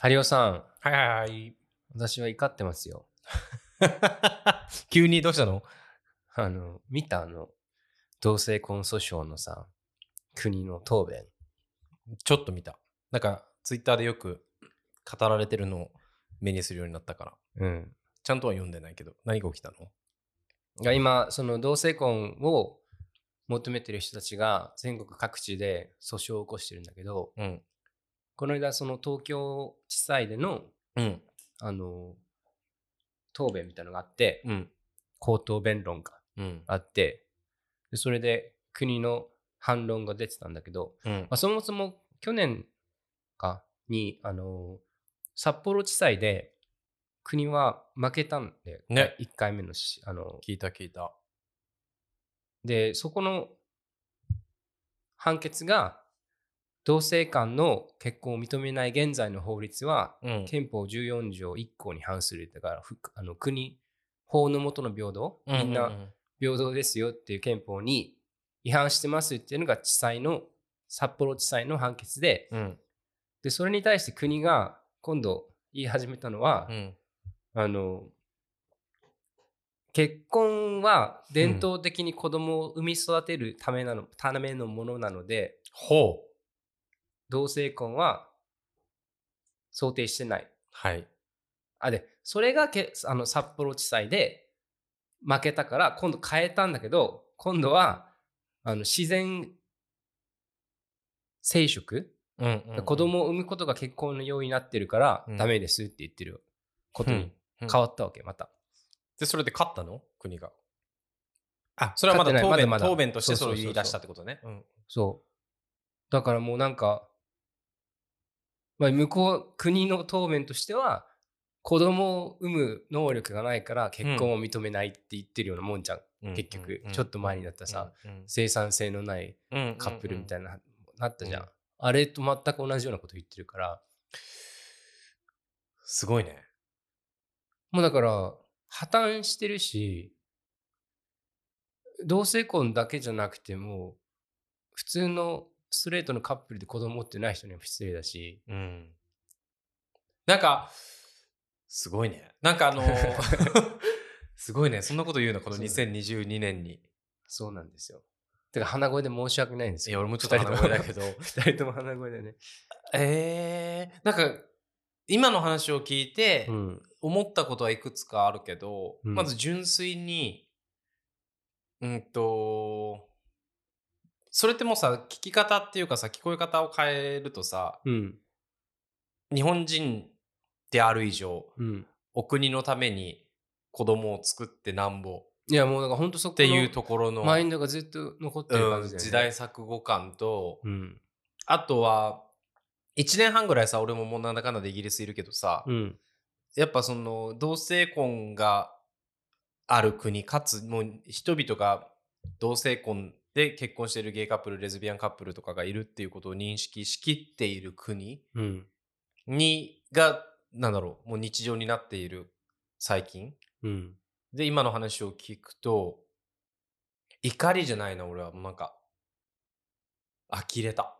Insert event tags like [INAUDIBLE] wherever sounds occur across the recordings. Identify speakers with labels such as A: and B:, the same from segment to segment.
A: ハリオさん、
B: はいはいはい。
A: 私は怒ってますよ。
B: 急にどうしたの
A: あの、見たあの、同性婚訴訟のさ、国の答弁。
B: ちょっと見た。なんか、ツイッターでよく語られてるのを目にするようになったか
A: う
B: ら。
A: ん。
B: ちゃんとは読んでないけど、何が起きたの
A: が今、その同性婚を求めてる人たちが全国各地で訴訟を起こしてるんだけど、
B: うん。
A: この間、その東京地裁での、
B: うん。
A: あの、答弁みたいなのがあって、
B: うん。
A: 口頭弁論が
B: うん。
A: あって、でそれで国の反論が出てたんだけど、
B: うん
A: まあ、そもそも去年かに、あの札幌地裁で国は負けたんで、
B: ね
A: 1回目のしあの
B: 聞いた聞いた。
A: でそこの判決が同性間の結婚を認めない現在の法律は
B: うん
A: 憲法14条1項に反するだからふあの国法の下の平等みんな平等ですよっていう憲法に違反してますっていうのが地裁の札幌地裁の判決で、
B: うん。
A: でそれに対して国が今度言い始めたのは
B: う、ん。
A: あの結婚は伝統的に子供を産み育てるためなの、ためのものなので
B: ほう。
A: 同性婚は想定してない。
B: はい。
A: あでそれがけあの札幌地裁で負けたから今度変えたんだけど今度はあの自然生殖
B: うんうんうん
A: 子供を産むことが結婚の要因になってるから、
B: うん
A: ダメですって言ってること
B: う
A: に
B: んうん
A: 変わったわけ、また。
B: で、それで勝ったの国が。あ、それはまだ
A: 勝って
B: 答
A: ない
B: 弁
A: まだまだ
B: 答弁としてそ
A: そうそうそ
B: れを
A: うそう
B: 言い出したってことね。うん。
A: そう。だからもうなんか、まあ、向こう、国の答弁としては、子供を産む能力がないから結婚を認めないって言ってるようなもんじゃん。
B: うん
A: 結局
B: うん
A: ちょっと前になったさ、生産性のないカップルみた
B: い
A: いな、なったじゃん。
B: うん
A: あれと全く同じようなこと言ってるから、
B: な。すごいね。
A: もうだから破綻してるし同性婚だけじゃなくても普通のストレートのカップルで子供持ってない人には失礼だし
B: うん。なんか、すごいね。なんかあ
A: [LAUGHS]
B: のー [LAUGHS] すごいね。そんなこと言うの、この
A: そうだ
B: 2022年に。
A: そうなんですよ。てか鼻声で申し訳ないんです
B: い
A: よ。
B: や、俺もちょっと鼻声だけど。
A: 二人とも鼻声でね。
B: [LAUGHS] えー、なんか、今の話を聞いて、
A: うん。
B: 思ったことはいくつかあるけど、
A: うん
B: まず純粋に、うんと、それってもうさ、聞き方っていうかさ、聞こえ方を変えるとさ、
A: うん。
B: 日本人である以上、
A: うん。
B: お国のために子供を作ってなんぼっ
A: いやもうなんか本当そこ
B: ていう
A: の
B: ところの、
A: マインドがずっと残ってる
B: う
A: 感
B: ん
A: じだよね。
B: 時代。錯誤感と、
A: うん。
B: あとは1年半ぐらいさ俺ももうなんだかんだでイギリスいるけどさ、
A: うん。
B: やっぱその同性婚がある国かつもう人々が同性婚で結婚しているゲイカップルレズビアンカップルとかがいるっていうことを認識しきっている国
A: うん。
B: にがなんだろうもう日常になっている最近
A: うん。
B: で、今の話を聞くと、怒りじゃないな、俺は。もうなんか、呆れた。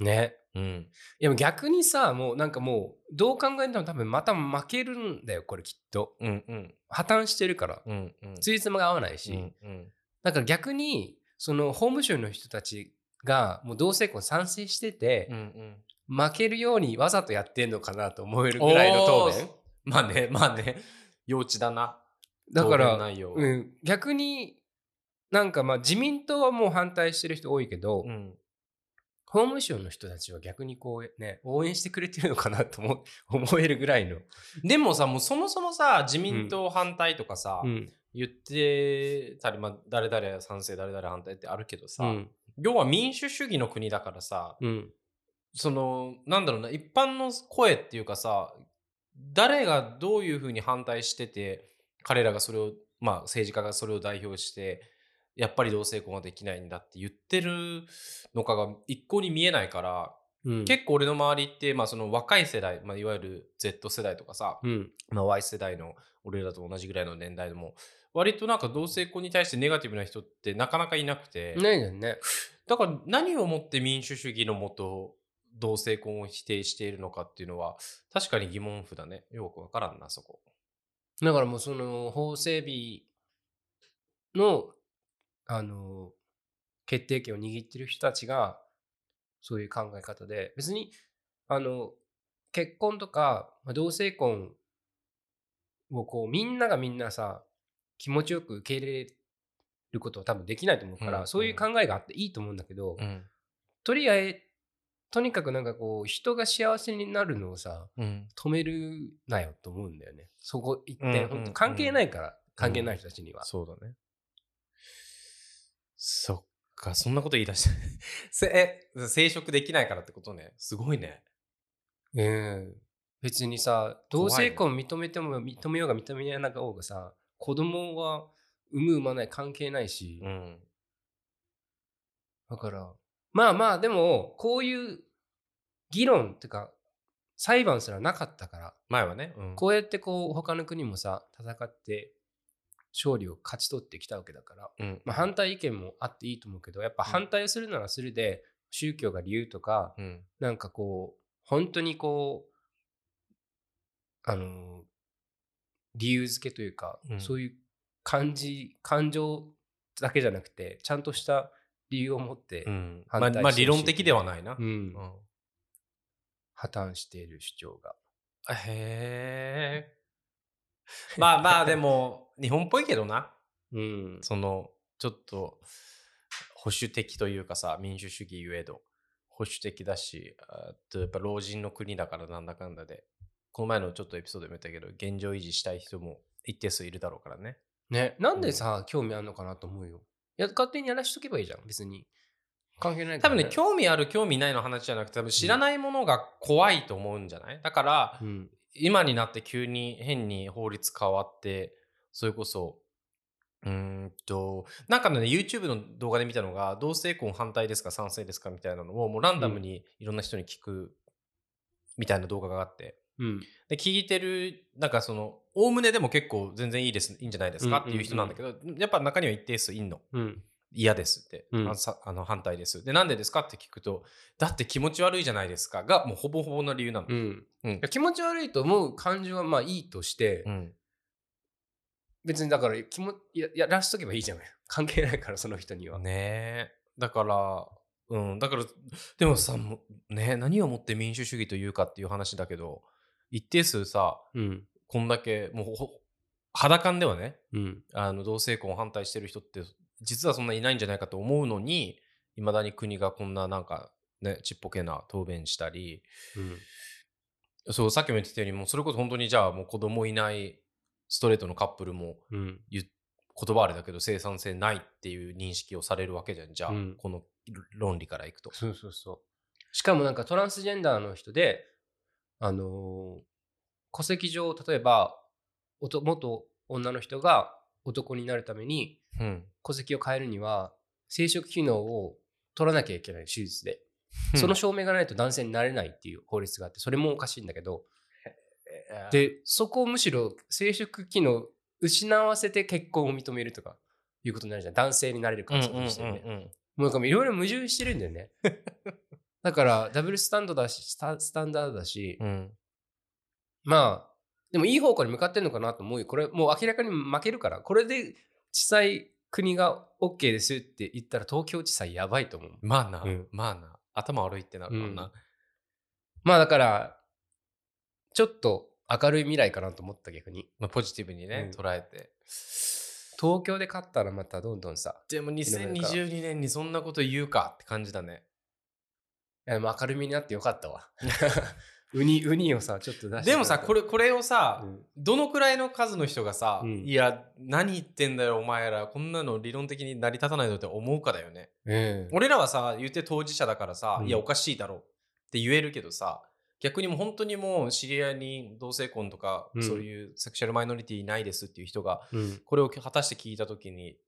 A: ね。
B: うん。
A: いやもう逆にさもうなんかもうどう考えても多分また負けるんだよこれきっと
B: うんうん。
A: 破綻してるから
B: うんうん。
A: ついつまが合わないし、
B: うんうん。
A: だから逆にその法務省の人たちがもう同性婚賛成してて
B: う、んうん。
A: 負けるようにわざとやってんのかなと思える
B: おー
A: ぐらいの答弁
B: まあね、まあね。幼稚だな。
A: だか
B: 答弁
A: ら、
B: 内容。
A: う。ん、逆になんかまあ自民党はもう反対してる人多いけど、
B: うん。
A: 法務省の人たちは逆にこうね応援してくれてるのかなと思思えるぐらいの、
B: でもさ、もうそもそもさ、自民党反対とかさ、
A: うん
B: 言ってたり、まあ、誰々賛成、誰々反対ってあるけどさ、
A: うん
B: 要は民主主義の国だからさ、
A: うん、
B: そのなんだろうな一般の声っていうかさ誰がどういうふうに反対してて彼らがそれをまあ政治家がそれを代表してやっぱり同性婚はできないんだって言ってるのかが一向に見えないから、
A: うん、
B: 結構俺の周りって、まあ、その若い世代、まあ、いわゆる Z 世代とかさ、
A: うん
B: まあ、Y 世代の俺らと同じぐらいの年代でも割となんか同性婚に対してネガティブな人ってなかなかいなくて。
A: ないじゃんね。
B: だから何をもって民主主義のもと同性婚を否定しているのかっていうのは確かに疑問符だねよくわからんなそこ
A: だからもうその法整備のあの決定権を握ってる人たちがそういう考え方で別にあの結婚とかまあ同性婚をこうみんながみんなさ気持ちよく受け入れることは多分できないと思うから、
B: うん
A: そういう考えがあっていいと思うんだけど、
B: うん
A: とりあえずとにかくなんかこう人が幸せになるのをさ
B: うん
A: 止めるなよと思うんだよねそこ一点、
B: うんうん
A: 本当関係ないから、関係ない人たちには、
B: そうだねそっかそんなこと言い出した [LAUGHS] せえ生殖できないからってことねすごいね
A: うん別にさ
B: 怖
A: 同
B: いね
A: 性婚認めても認めようが認めなかろうがさ子供は産む産まない関係ないし、
B: うん
A: だからまあまあでもこういう議論っていうか裁判すらなかったから
B: 前はね、うん
A: こうやってこう他の国もさ戦って勝利を勝ち取ってきたわけだから、
B: うん
A: まあ、反対意見もあっていいと思うけどやっぱ反対をするならするで宗教が理由とか
B: うん
A: なんかこう、本当にこう、あの、理由付けというか、
B: うん
A: そういう感じ、感情だけじゃなくて、ちゃんとした理由を持って、
B: うんまあ
A: 反対して
B: まあ
A: ほしい
B: 理論的ではないな、
A: うん
B: うん
A: 破綻している主張が。
B: へえ。まあまあでも、日本っぽいけどな。
A: うん。
B: その、ちょっと、保守的というかさ、民主主義ゆえど、保守的だし、あとやっぱ老人の国だからなんだかんだで、この前のちょっとエピソードでも言ったけど、現状維持したい人も一定数いるだろうからね。
A: ね、なんでさ、興味あるのかなと思うよ。いや、勝手にやらしとけばいいじゃん、別に。関係ないか
B: 多
A: ら、
B: 分ね、興味ある、興味ないの話じゃなくて、多分知らないものが怖いと思うんじゃないだから、
A: うん。
B: 今になって急に変に法律変わってそれこそうーんとなんかね YouTube の動画で見たのが同性婚反対ですか賛成ですかみたいなのをもうランダムにいろんな人に聞くみたいな動画があって
A: うん。
B: で聞いてるなんかそのおおむねでも結構全然いいですいいんじゃないですか
A: うん
B: っていう人なんだけど、やっぱ中には一定数いんの
A: うん。
B: 嫌ですって、
A: うん
B: あさあの反対ですでなんでですかって聞くとだって気持ち悪いじゃないですかがもうほぼほぼの理由なの、
A: うん。
B: うん
A: 気持ち悪いと思う感情はまあいいとして、
B: うん
A: 別にだから気もややらしとけばいいじゃない [LAUGHS] 関係ないからその人には、
B: ねえだからうんだからでもさもうね何をもって民主主義というかっていう話だけど一定数さ
A: うん
B: こんだけもうほほ肌感ではね
A: うん
B: あの同性婚を反対してる人って実はそんないないんじゃないかと思うのにいまだに国がこんななんかねちっぽけな答弁したり
A: うん
B: そうさっきも言ってたようにもうそれこそ本当にじゃあもう子供いないストレートのカップルも
A: うん
B: 言葉あれだけど生産性ないっていう認識をされるわけじゃんじゃあ、
A: うん
B: この論理からいくと。
A: そうそうそうしかもなんかトランスジェンダーの人であのー戸籍上例えばおと元女の人が男になるために
B: うん、
A: 戸籍を変えるには生殖機能を取らなきゃいけない手術で、その証明がないと男性になれないっていう法律があってそれもおかしいんだけど
B: で
A: でそこをむしろ生殖機能失わせて結婚を認めるとかいうことになるじゃん男性になれるからそうしてねもうなんかいろいろ矛盾してるんだよねだからダブルスタンドだしスタスタンダードだし、まあでもいい方向に向かってるのかなと思うよこれもう明らかに負けるからこれで地裁国が OK ですって言ったら東京地裁やばいと思う
B: まあな、
A: うん
B: まあな頭悪いってなるもんな、
A: まあだからちょっと明るい未来かなと思った逆に
B: まあ、ポジティブにね、
A: う
B: 捉えて
A: 東京で勝ったらまたどんどんさ
B: でも
A: 2022
B: 2022年にそんなこと言うかって感じだね
A: いやでも明るみになってよかったわ。 [LAUGHS] ウニ、ウニをさ、ちょっと出して。
B: でもさこ
A: れ、
B: れこれをさ、
A: うん
B: どのくらいの数の人がさ、
A: うん
B: いや何言ってんだよお前らこんなの理論的に成り立たないぞって思うかだよね
A: ええ
B: 俺らはさ言って当事者だからさ、
A: うん
B: いやおかしいだろって言えるけどさ逆にもう本当にもう知り合いに同性婚とか、
A: うん
B: そういうセクシャルマイノリティないですっていう人が
A: うん
B: これを果たして聞いた時に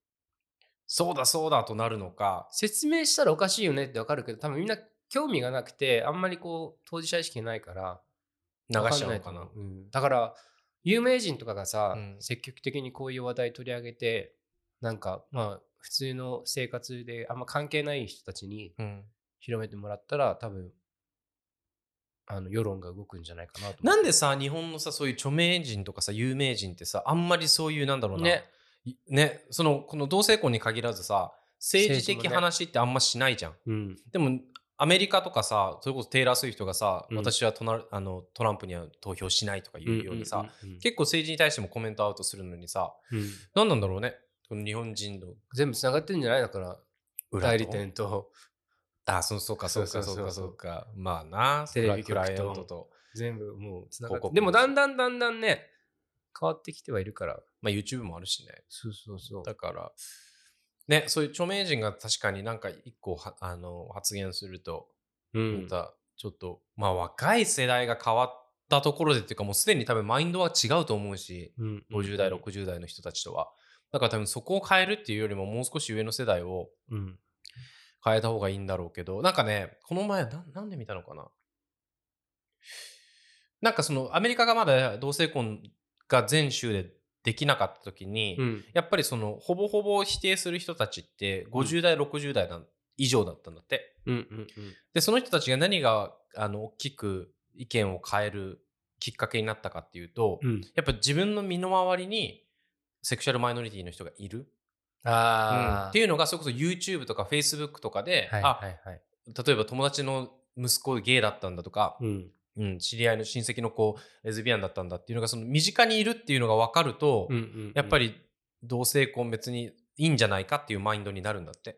B: そうだそうだとなるのか
A: 説明したらおかしいよねってわかるけど、多分みんな興味がなくて、あんまりこう、当事者意識ないから、
B: 流しちゃうのかな
A: わんいと思ううんだから、有名人とかがさ、
B: うん
A: 積極的にこういう話題取り上げて、なんか、まあ、普通の生活であんま関係ない人たちに
B: うん
A: 広めてもらったら、多分あの世論が動くんじゃないかなと思って
B: なんでさ日本のさそういう著名人とかさ有名人ってさあんまりそういうなんだろうな
A: ね
B: いねそのこの同性婚に限らずさ政治
A: 政治
B: 的
A: もね
B: 話ってあんましないじゃん、
A: うん
B: でもアメリカとかさそれこそテイラー・スウィフトがさ、
A: うん
B: 私はトナあのトランプには投票しないとか言うようにさ、、
A: んんうん
B: 結構政治に対してもコメントアウトするのにさ
A: うん
B: 何なんだろうねこの日本人の
A: 全部つながってんじゃないだから
B: 裏と
A: 代理店と
B: あそうそうかそうか
A: そ
B: そうう
A: そう
B: か
A: そ
B: そううかまあな
A: テレビ
B: クライアン
A: 局
B: ト
A: と
B: と、
A: 全部もうつながっ
B: 広告
A: てでもだんだんだんだんね変わってきてはいるから
B: まあ、YouTube もあるしね
A: そうそうそう
B: だから、ね、そういう著名人が確かになんか一個はあの発言すると、
A: う
B: ま
A: ん、
B: たちょっと、まあ若い世代が変わったところでっていうか、もうすでに多分マインドは違うと思うし、
A: うん、
B: 50代、60代の人たちとは。だから多分そこを変えるっていうよりも、もう少し上の世代を
A: うん、
B: 変えた方がいいんだろうけど、なんかね、この前、ななんで見たのかななんかそのアメリカがまだ同性婚が全州でできなかった時に、
A: うん
B: やっぱりそのほぼほぼ否定する人たちって50代、60代なん以上だったんだって
A: うんうんうん
B: でその人たちが何があの大きく意見を変えるきっかけになったかっていうと、
A: うん
B: やっぱ自分の身の回りにセクシャルマイノリティの人がいる、うん
A: ああ、
B: っていうのがそれこそ YouTube とか Facebook とかで、
A: はい
B: あ
A: はいはい、
B: 例えば友達の息子ゲイだったんだとか、
A: うん
B: うん、知り合いの親戚の子レズビアンだったんだっていうのがその身近にいるっていうのが分かると、
A: うんうんうん、
B: やっぱり同性婚別にいいんじゃないかっていうマインドになるんだって。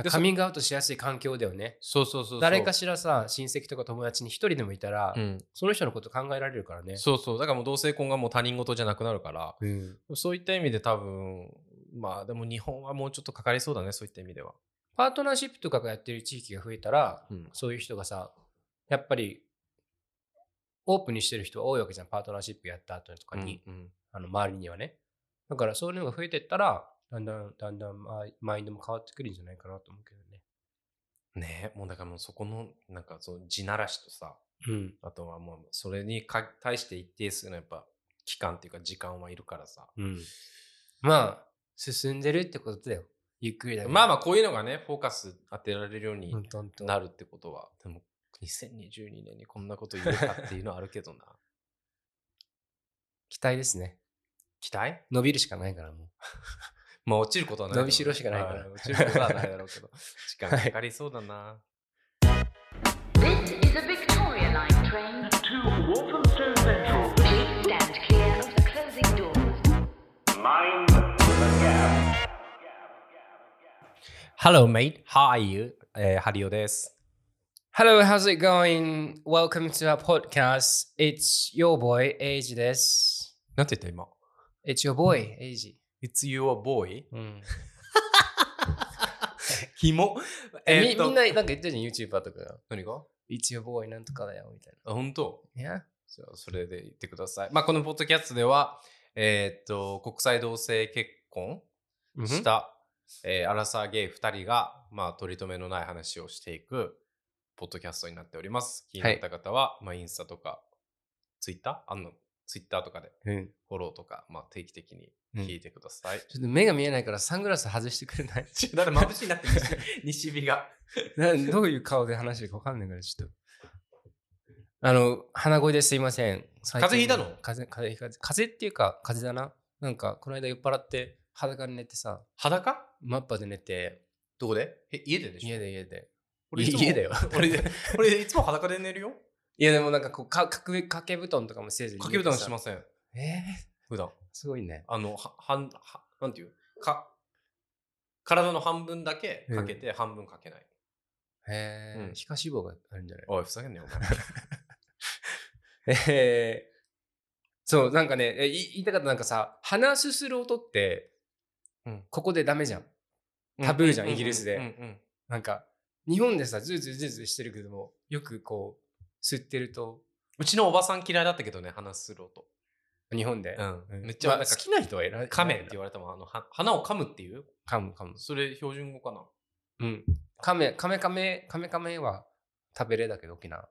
B: で
A: カミングアウトしやすい環境だよね
B: そうそうそうそう
A: 誰かしらさ親戚とか友達に一人でもいたら、
B: うん、
A: その人のこと考えられるからね
B: そうそうだからもう同性婚がもう他人事じゃなくなるから
A: う、ん、
B: そういった意味で多分まあでも日本はもうちょっとかかりそうだねそういった意味では。
A: パートナーシップとかがやってる地域が増えたら
B: うん、
A: そういう人がさやっぱりオープンにしてる人は多いわけじゃんパートナーシップやった後とかに、
B: うん
A: あの周りにはねだからそういうのが増えてったらだんだんだんだんまあマインドも変わってくるんじゃないかなと思うけどね
B: ねもうだからもうそこのなんかその地ならしとさ
A: うん
B: あとはもうそれにか対して一定数のやっぱ期間っていうか時間はいるからさ。
A: うんまあ進んでるってことだよゆっくりだけど
B: まあまあこういうのがねフォーカス当てられるように
A: ほんとほんと
B: なるってことは、でも2022年にこんなこと言うかっていうのはあるけどな。 [LAUGHS]
A: 期待ですね
B: 期待
A: 伸びるしかないからもう
B: まあ落ちることはないだろう
A: 伸びしろしかないから
B: はい落ちることはないだろうけ [LAUGHS] ど、時間かかりそうだな。
C: This is a Victoria Line
D: to
C: train
D: Walthamstow Central.
C: Please stand clear of the closing doors.
D: Mind the gap.
B: Hello, mate. How are you? えーハリオです。
A: Hello, how's it going? Welcome to our podcast. It's your boy, Age です。
B: なんて言った今
A: It's your boy, Age。
B: ?It's your boy?
A: うん、
B: [LAUGHS] ひも
A: え
B: え
A: み
B: ー、
A: みんななんか言ってるじゃん、YouTuber とかが。
B: 何があ
A: It's your boy なんとかだよ、みたい
B: 本当
A: な。いや
B: じゃあそれで言ってください。まあこのポッドキャストでは、えーっと、国際同性結婚し。た、えーアラサーゲイ2人が、まあ、取り留めのない話をしていくポッドキャストになっております。気になった方は、まあ、インスタとか、ツイッターあんのツイッターとかで
A: うん、
B: フォローとか、まあ、定期的に聞いてください。
A: ちょっと目が見えないからサングラス外してくれない
B: [LAUGHS] だって眩しいなって、 [LAUGHS] 西日が。
A: [LAUGHS] などういう顔で話してるか分かんないから、ちょっと。あの、鼻声ですいません。最近
B: 風邪ひいたの
A: 風邪、風邪ひかず、風邪っていうか、風邪だな。なんか、この間酔っ払って裸に寝てさ、
B: 裸
A: マッパで寝て、
B: どこでえ家ででしょ
A: 家で家で。
B: 俺いつも
A: 家だよ
B: 俺、俺いつも裸で寝るよ。
A: いやでもなんかこうかかく掛け布団とかもせずに
B: 掛け布団しません。
A: す。え
B: 普段。
A: ー、すごいね。
B: あの、は、はん、はなんていうか、体の半分だけかけて、半分かけない。
A: へえ、
B: うん
A: 皮下脂肪があるんじゃない
B: おい、ふざけんなよ、お前。
A: [LAUGHS] えー、そうなんかねえい言いたかったなんかさ鼻すする音って、
B: うん
A: ここでダメじゃん。タブーじゃんイギリスで
B: うんうん
A: なんか日本でさズーズーズーズーしてるけどもよくこう吸ってると
B: うちのおばさん嫌いだったけどね、話する音。
A: 日本で、
B: うんめっちゃ
A: まあ
B: なんか
A: 好きな人はいらない。
B: 噛めって言われたもん、あの、は花を噛むっていう
A: 噛む噛む。
B: それ標準語かな。
A: うん。カメ、カメカメ、カメカメは食べれだけど沖
B: [LAUGHS]
A: 縄。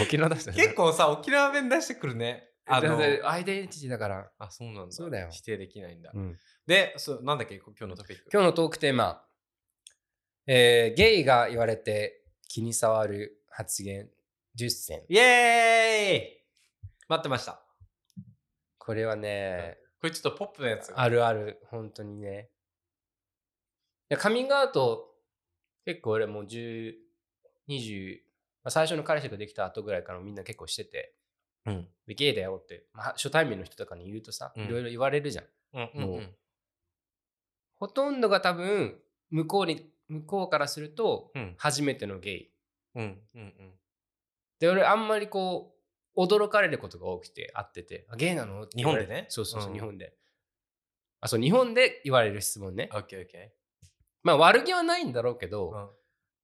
A: 沖縄だったよね
B: 結構さ、沖縄弁出してくるね。あの
A: だってアイデンティティだから。
B: あ、そうなんだ。
A: そうだよ
B: 否定できないんだ。
A: うん
B: で、そうなんだっけ、今日のトピック。
A: 今日のトークテーマ、えーゲイが言われて気に障る発言10選。
B: イエーイ待ってました。
A: これはね、
B: これちょっとポップなやつ。
A: あるある、本当にね。いやカミングアウト、結構俺もう10、20、まあ、最初の彼氏ができた後ぐらいからみんな結構してて、
B: うん。
A: でゲイだよって、まあ、初対面の人とかに言うとさ、
B: うん
A: いろいろ言われるじゃん。
B: うんうん
A: も
B: う。
A: うんほとんどが多分、向こうに、向こうからすると、
B: うん
A: 初めてのゲイ。
B: うんうんうん。
A: で、俺あんまりこう、驚かれることが多くて、会ってて、あゲイなのって言われ
B: 日本でね
A: そうそうそう、
B: うん
A: 日本で。あ、そう、日本で言われる質問ね。
B: オッケーオッケ
A: まあ悪気はないんだろうけど、
B: ー。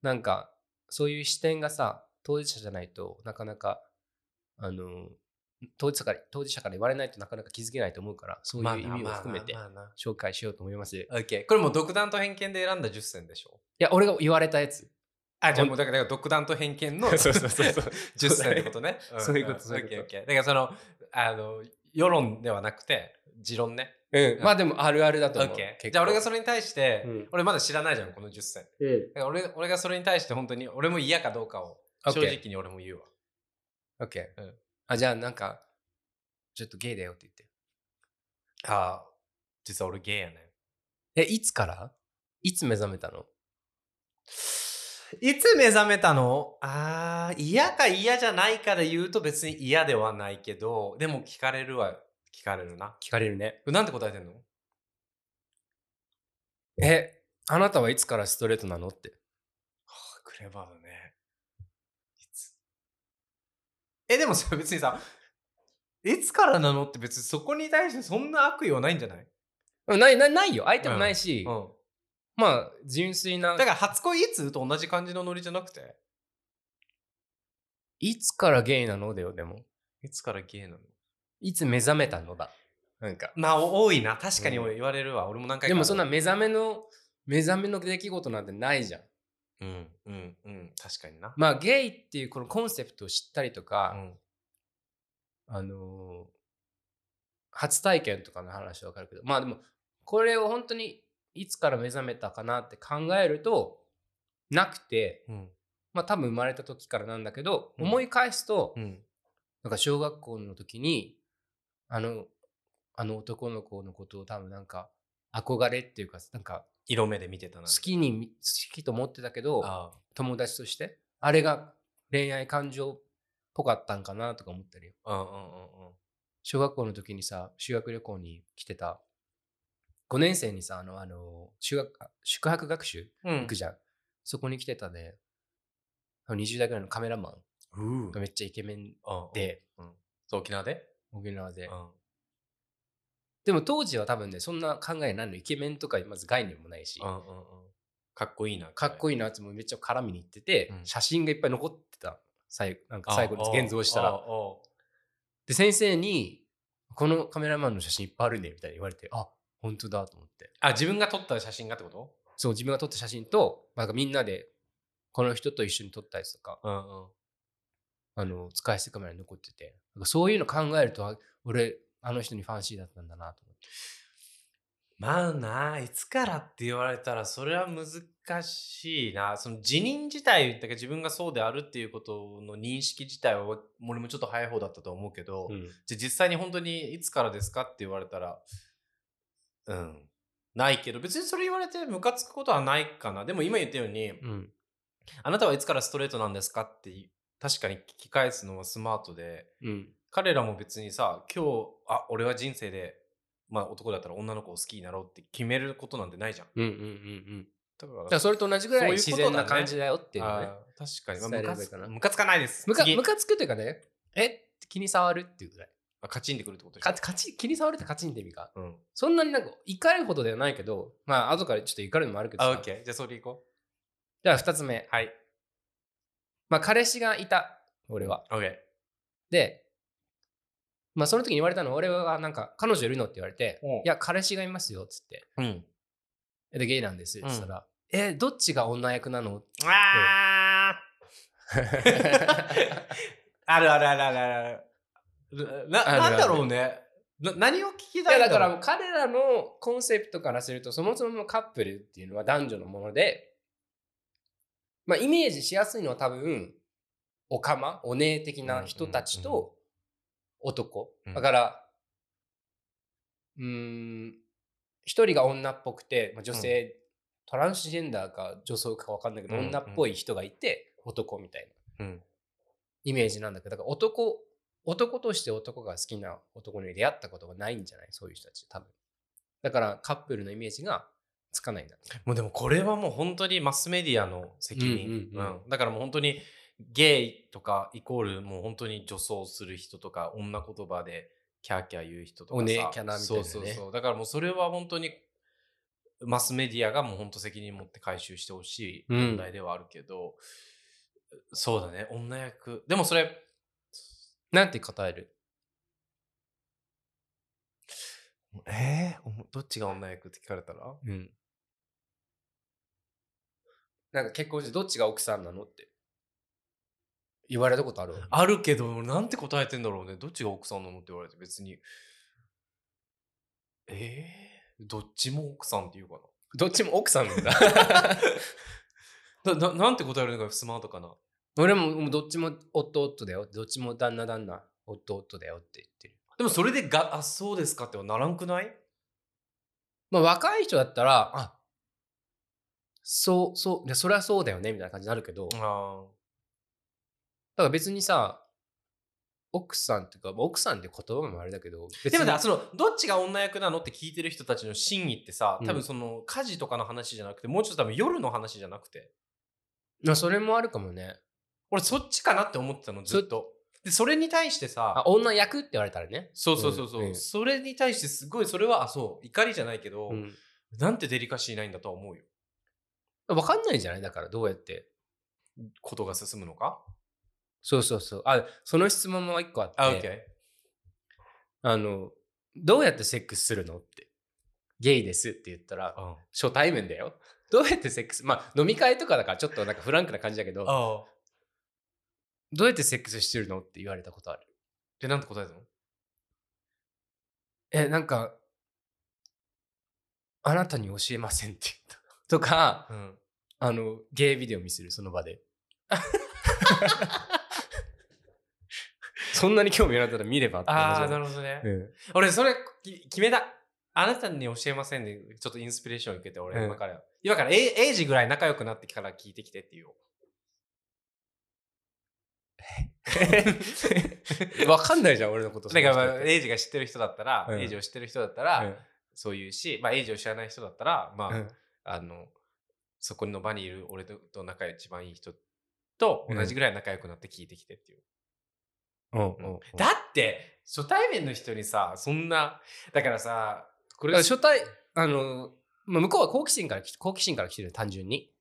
A: なんかそういう視点がさ当事者じゃないとなかなかあの当事者から当事者から言われないとなかなか気づけないと思うからそういう意味も含めて
B: まあなまあなま
A: 紹介しようと思います、い
B: あなオッケー。これもう独断と偏見で選んだ10選でしょ。
A: や俺が言われたや
B: [LAUGHS]
A: つ
B: あ、じゃあもうだからだから独断と偏見 [LAUGHS] の
A: そうそうそうそう
B: 10選ってことね。ん
A: そういうこと
B: ん
A: そういうこと
B: オッケーオッケー。だからその、あの、世論ではなくて、持論ね。
A: うん [LAUGHS] まあでもあるあるだ
B: オ
A: と思
B: ッ
A: う
B: ケー。
A: 結構
B: じゃあ俺がそれに対して、
A: うん
B: 俺まだ知らないじゃん、この10選。
A: うん
B: だから俺俺がそれに対して本当に俺も嫌かどうかを
A: OK
B: 正直に俺も言うわ。
A: OK、
B: うん
A: あじゃあなんかちょっとゲイだよって言って
B: ああ、実は俺ゲイやねん。
A: えいつからいつ目覚めたの
B: いつ目覚めたのああ、嫌か嫌じゃないかで言うと別に嫌ではないけど、でも聞かれるは聞かれるな。
A: 聞かれるね
B: なんて答えてんの
A: えあなたはいつからストレートなのって
B: クレバーだね。いつえ、でもそれ別にさ、いつからなのって別にそこに対してそんな悪意はないんじゃない、
A: うんないないないよ相手もないし、
B: うん、
A: まあ純粋な
B: だから初恋いつと同じ感じのノリじゃなくて
A: いつからゲイなのだよ、でも。
B: いつからゲイなの
A: いつ目覚めたのだ。なんか。
B: まあ多いな確かに俺言われるわ、俺も何回か
A: でもそんな目覚めの、目覚めの出来事なんてないじゃん。
B: うんうんうん確かにな、
A: まあゲイっていうこのコンセプトを知ったりと
B: う
A: か、
B: ん
A: あのー初体験とかの話はわかるけど、まあでも、これを本当にいつから目覚めたかなって考えると、なくて、
B: うん
A: まあ多分生まれた時からなんだけど、
B: うん
A: 思い返すと、
B: うん
A: なんか小学校の時にあのあの男の子のことを多分なんか憧れっていうかなんか
B: 色目で見てたな
A: 好きに好きと思ってたけど
B: あ
A: 友達としてあれが恋愛感情っぽかったんかなとか思ったり
B: あうんうんうんうん
A: 小学校の時にさ修学旅行に来てた5年生にさあのあの修学あ宿泊学習
B: うん
A: 行くじゃん、そこに来てたね20代ぐらいのカメラマン
B: うん
A: がめっちゃイケメン
B: で
A: で
B: 沖縄で
A: 沖縄で
B: うん
A: でも当時は多分ねそんな考えないのイケメンとかまず概念もないし、
B: うんうんうんかっこいいな
A: かっこ
B: いい
A: いいなってもめっちゃ絡みに行ってて、
B: うん
A: 写真がいっぱい残ってた最なんか最後に現像したら
B: お
A: で先生に「このカメラマンの写真いっぱいあるね」みたいに言われてあ本当だと思って
B: あ自分が撮った写真がってこと
A: そう自分が撮った写真となんかみんなでこの人と一緒に撮ったやつとか
B: うんうん
A: あの使い捨てカメラに残っててなんかそういうの考えるとあ俺あの人にファンシーだったんだなと思って
B: まあなあいつからって言われたらそれは難しいなその辞任自体だから自分がそうであるっていうことの認識自体は俺もちょっと早い方だったと思うけど、、じゃあ実際に本当にいつからですかって言われたらうんないけど別にそれ言われてムカつくことはないかなでも今言ったように、
A: うん
B: あなたはいつからストレートなんですかって確かに聞き返すのはスマートで
A: うん
B: 彼らも別にさ今日あ俺は人生で、まあ、男だったら女の子を好きになろうって決めることなんてないじゃん
A: うんうんうんうん
B: だから
A: だからそれと同じぐらい自然な感じだよっていうの
B: あ
A: ね
B: ー確かに、
A: 伝えれ
B: ま
A: ば
B: あ、ム
A: い
B: カ
A: いか
B: つ
A: な
B: ムカつかないです
A: むか
B: 次
A: むかつくというかね、えって気に障るっていうぐらい。
B: あカチンってくるってことでしょ
A: かかち気に障るってカチンって意味か。
B: うん、
A: そんなになんか怒るほどではないけど、まあ後からちょっと怒るのもあるけど
B: あ
A: さ。
B: オッケーじゃあそれいこ
A: じゃあ2つ目
B: う。はい
A: まあ彼氏がいた、俺は。
B: オッケー
A: で、まあその時に言われたのは、俺はなんか彼女いるのって言われて
B: うん、
A: いや、彼氏がいますよっつって。
B: うん
A: で、ゲイなんですって言ったら、え、どっちが女役なの
B: あーあるあるあるあるあるな
A: あるある
B: なんだろうねな何を聞き
A: い
B: た
A: や
B: いん
A: だ
B: だ
A: から
B: ろ
A: も
B: う
A: う彼らのコンセプトからするとそもそもカップルっていうのは男女のもので、まあ、イメージしやすいのは多分おかまお姉的な人たち
B: うんうんうん
A: と男、
B: うん
A: だからうーん一人が女っぽくて、まあ、女性、トランスジェンダーか女装か分かんないけど、
B: うんうん
A: 女っぽい人がいて男みたいな
B: うん
A: イメージなんだけどだから男男として男が好きな男に出会ったことがないんじゃないそういう人たち多分だからカップルのイメージがつかないんだって
B: もうでもこれはもう本当にマスメディアの責任、
A: うんうんうん
B: うんだからもう本当にゲイとかイコールもう本当に女装する人とか女言葉でキャーキャー言う人とかさ
A: おねえキャナみたいなね
B: そうそうそうだからもうそれは本当にマスメディアがもう本当責任持って回収してほしい問題ではあるけど、そうだね女役でもそれ
A: なんて答える
B: えー、どっちが女役って聞かれたら
A: うん。なんか結婚してどっちが奥さんなのって言われたことある
B: あるけど、俺なんて答えてんだろうね。どっちが奥さんなのって言われて、別に。えー、どっちも奥さんって言うか
A: どっちも奥さんなんだ。
B: [LAUGHS] な。な、ななんて答えるのがスマートかな。
A: 俺ももうどっちも夫夫だよ。どっちも旦那旦那。夫夫だよって言ってる。
B: でもそれでが、あ、そうですかってはならんくない
A: まあ若い人だったら、あそう、そう、でそりゃそうだよねみたいな感じになるけど、だか
B: あ
A: ら別にさ、奥さんっていうか、まあ奥さんって言葉もあれだけど、別
B: でも
A: に
B: ね、その、どっちが女役なのって聞いてる人たちの真意ってさ、
A: うん
B: 多分その、家事とかの話じゃなくて、もうちょっと多分夜の話じゃなくて、
A: まあそれもあるかもね。
B: 俺そっちかなって思ってたの、ずっと。で、それに対してさ、
A: あ、女役って言われたらね。
B: そうそうそうそう、
A: うんうん
B: それに対してすごい、それは、あ、そう、怒りじゃないけど、
A: うん
B: なんてデリカシーないんだとは思うよ。
A: わかんないじゃないだからどうやって。
B: ことが進むのか
A: そうそうそう。あ、その質問も一個あって、
B: あ、OK。
A: あの、どうやってセックスするのって。ゲイですって言ったら、
B: あ
A: 初対面だよ。どうやってセックス、まあ飲み会とかだからちょっとなんかフランクな感じだけど、
B: あ。
A: どうやってセックスしてるのって言われたことある。
B: で、なんて答えたの
A: え、なんか、あなたに教えませんって言った。とか、
B: うん。
A: あの、ゲイビデオ見せる、その場で。そんなに興味あったら見ればって
B: ああ、な
A: る
B: るほどね。
A: うん [LAUGHS]
B: 俺、それ、き決めた。あなたに教えませんで、ちょっとインスピレーションを受けて、俺、
A: うん
B: 今から、今から、え、エイジぐらい仲良くなってから聞いてきてっていう。
A: わかんないじゃん、俺のこと。
B: だから、まあ
A: その人って
B: エイジが知ってる人だったら、
A: うん
B: エイジを知ってる人だったら、そういうし、まあ、エイジを知らない人だったら、まあ、
A: うん
B: あの、そこの場にいる俺とと仲良い一番いい人と同じぐらい仲良くなって聞いてきてっていう。
A: うん
B: うん
A: うん
B: だって、初対面の人にさ、そんな、だからさ、こ
A: これ
B: れ
A: が初対、あの、まあ、向こうは好奇心から来て、好奇心から来てる、単純に。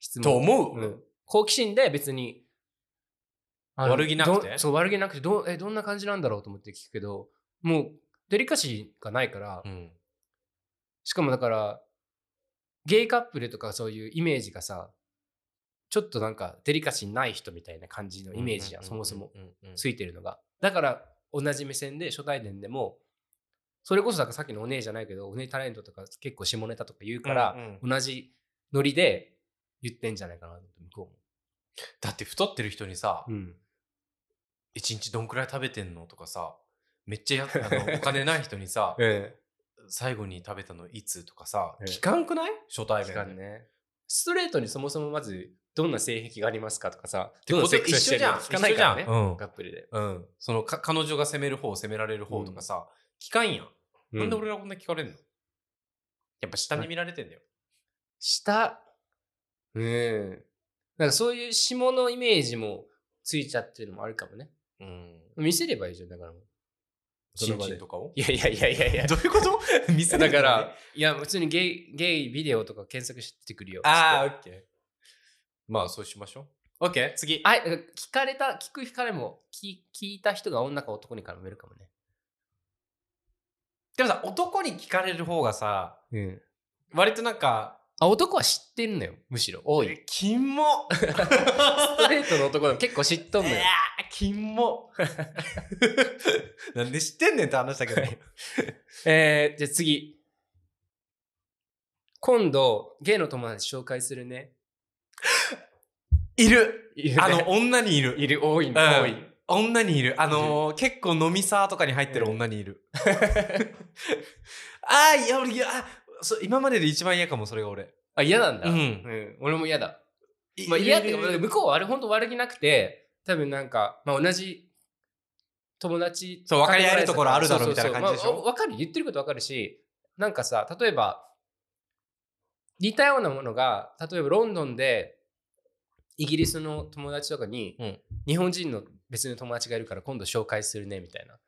A: 質問。
B: と思う、
A: うん好奇心で別に、あの
B: 悪気なくて
A: どんそう、悪気なくてどう、え、どんな感じなんだろうと思って聞くけど、もう、デリカシーがないから、
B: うん
A: しかもだから、ゲイカップルとかそういうイメージがさ、ちょっとなんかデリカシーない人みたいな感じのイメージじゃん、そもそも。。
B: うんうんうんうん
A: ついてるのが。だから同じ目線で初対面でもそれこそだからさっきのお姉じゃないけどお姉タレントとか結構下ネタとか言うから、
B: うん
A: 同じノリで言ってんじゃないかなと思って向こ
B: だって太ってる人にさ
A: う、も。うん、
B: 一日どんくらい食べてんのとかさ、めっち [LAUGHS] ゃやあのお金ない人にさ、
A: え
B: 最後に食べたのいつとかさ、
A: ええ
B: 聞かんくない初対
A: え、
B: 面で。
A: ね。ストレートにそもそもまずどんな性癖がありますかとかさ、どんな
B: こと
A: セックスして
B: 一
A: る
B: 緒じゃん。
A: か聞かないからね
B: 一緒じ、ゃんうん
A: カップルで。
B: うん、そのか彼女が責める方責められる方とかさ、聞かんやん、なんで俺らこんな聞かれんのやっぱ下に見られてんだよ、
A: 下、うん。なんかそういう下のイメージもついちゃってるのもあるかもね。
B: うん、
A: 見せればいいじゃん、だからもう。そ
B: チ
A: の
B: ン
A: 場
B: チ
A: で
B: ンとかを
A: いやいやいやいや [LAUGHS] いや。
B: どういうこと [LAUGHS] 見せ
A: だ
B: る
A: か
B: のに
A: ら、いや、普通にゲイ、ゲイビデオとか検索して出てくるよ。
B: ああ、
A: あ。
B: オッケー。まあ、そうしましょう。オッケー、次。
A: はい、だから聞かれた、聞く聞かれも、聞聞いた人が女か男に絡めるかもね。
B: でもさ、男に聞かれる方がさ、
A: うん。
B: 割となんか、
A: あ、男は知ってんのよ、むしろ。多 [LAUGHS] い。
B: キモス
A: ストレートの男でも結構知っとん
B: [LAUGHS]
A: のよ。
B: キモ [LAUGHS] なんで知ってんねんって話だけど。
A: えー、じゃあ次。今度、ゲイの友達紹介するね。
B: いる
A: いるね
B: あの、女にいる。
A: いる、多い、
B: ん
A: 多い。
B: 女にいる。あのー結構飲みサーとかに入ってる女にいる。 [LAUGHS] あーいや、俺、いや、あそう今までで一番嫌かも、それが俺。
A: あ、嫌なんだ。
B: うん
A: ん俺も嫌だ。
B: い
A: まあ、
B: いる
A: 嫌っていう
B: いるい
A: か
B: る
A: 向こうはあれ本当悪気なくて多分なんか、まあ、同じ友達
B: そう分かり合えるところあるだろう
A: そうそうそう
B: みたいな感じでしょ
A: まあお分かる言ってること分かるしなんかさ例えば似たようなものが例えばロンドンでイギリスの友達とかに、
B: うん
A: 日本人の別の友達がいるから今度紹介するねみたいな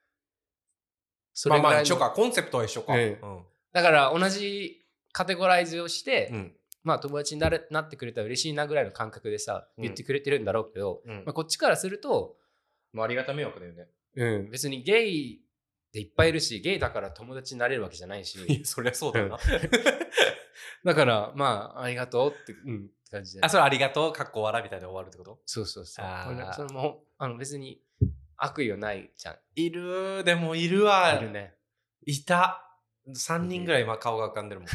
A: そ
B: ま
A: れ
B: あ
A: ぐ
B: ま
A: らい
B: あ、
A: の
B: 一緒か。コンセプトは一緒か。
A: うん
B: うん
A: だから同じカテゴライズをして、
B: うん
A: まあ友達になれなってくれたら嬉しいなぐらいの感覚でさ
B: うん
A: 言ってくれてるんだろうけど、
B: うん
A: まあ、こっちからすると、
B: まあ、ありがた迷惑だよね。
A: うん、別にゲイっていっぱいいるしゲイだから友達になれるわけじゃない
B: [LAUGHS] い
A: し
B: [LAUGHS] や、そりゃそうだな。
A: だからまあありがとうって,、うん、って感じで
B: あ、それありがとう、かっこわらみたいで終わるってこと
A: そうそうそう
B: あー
A: これそれもあの別に悪意はないじゃん
B: いるでもいるわ。
A: いるね
B: いた。3人ぐらい今顔が浮かんで [LAUGHS] るもん。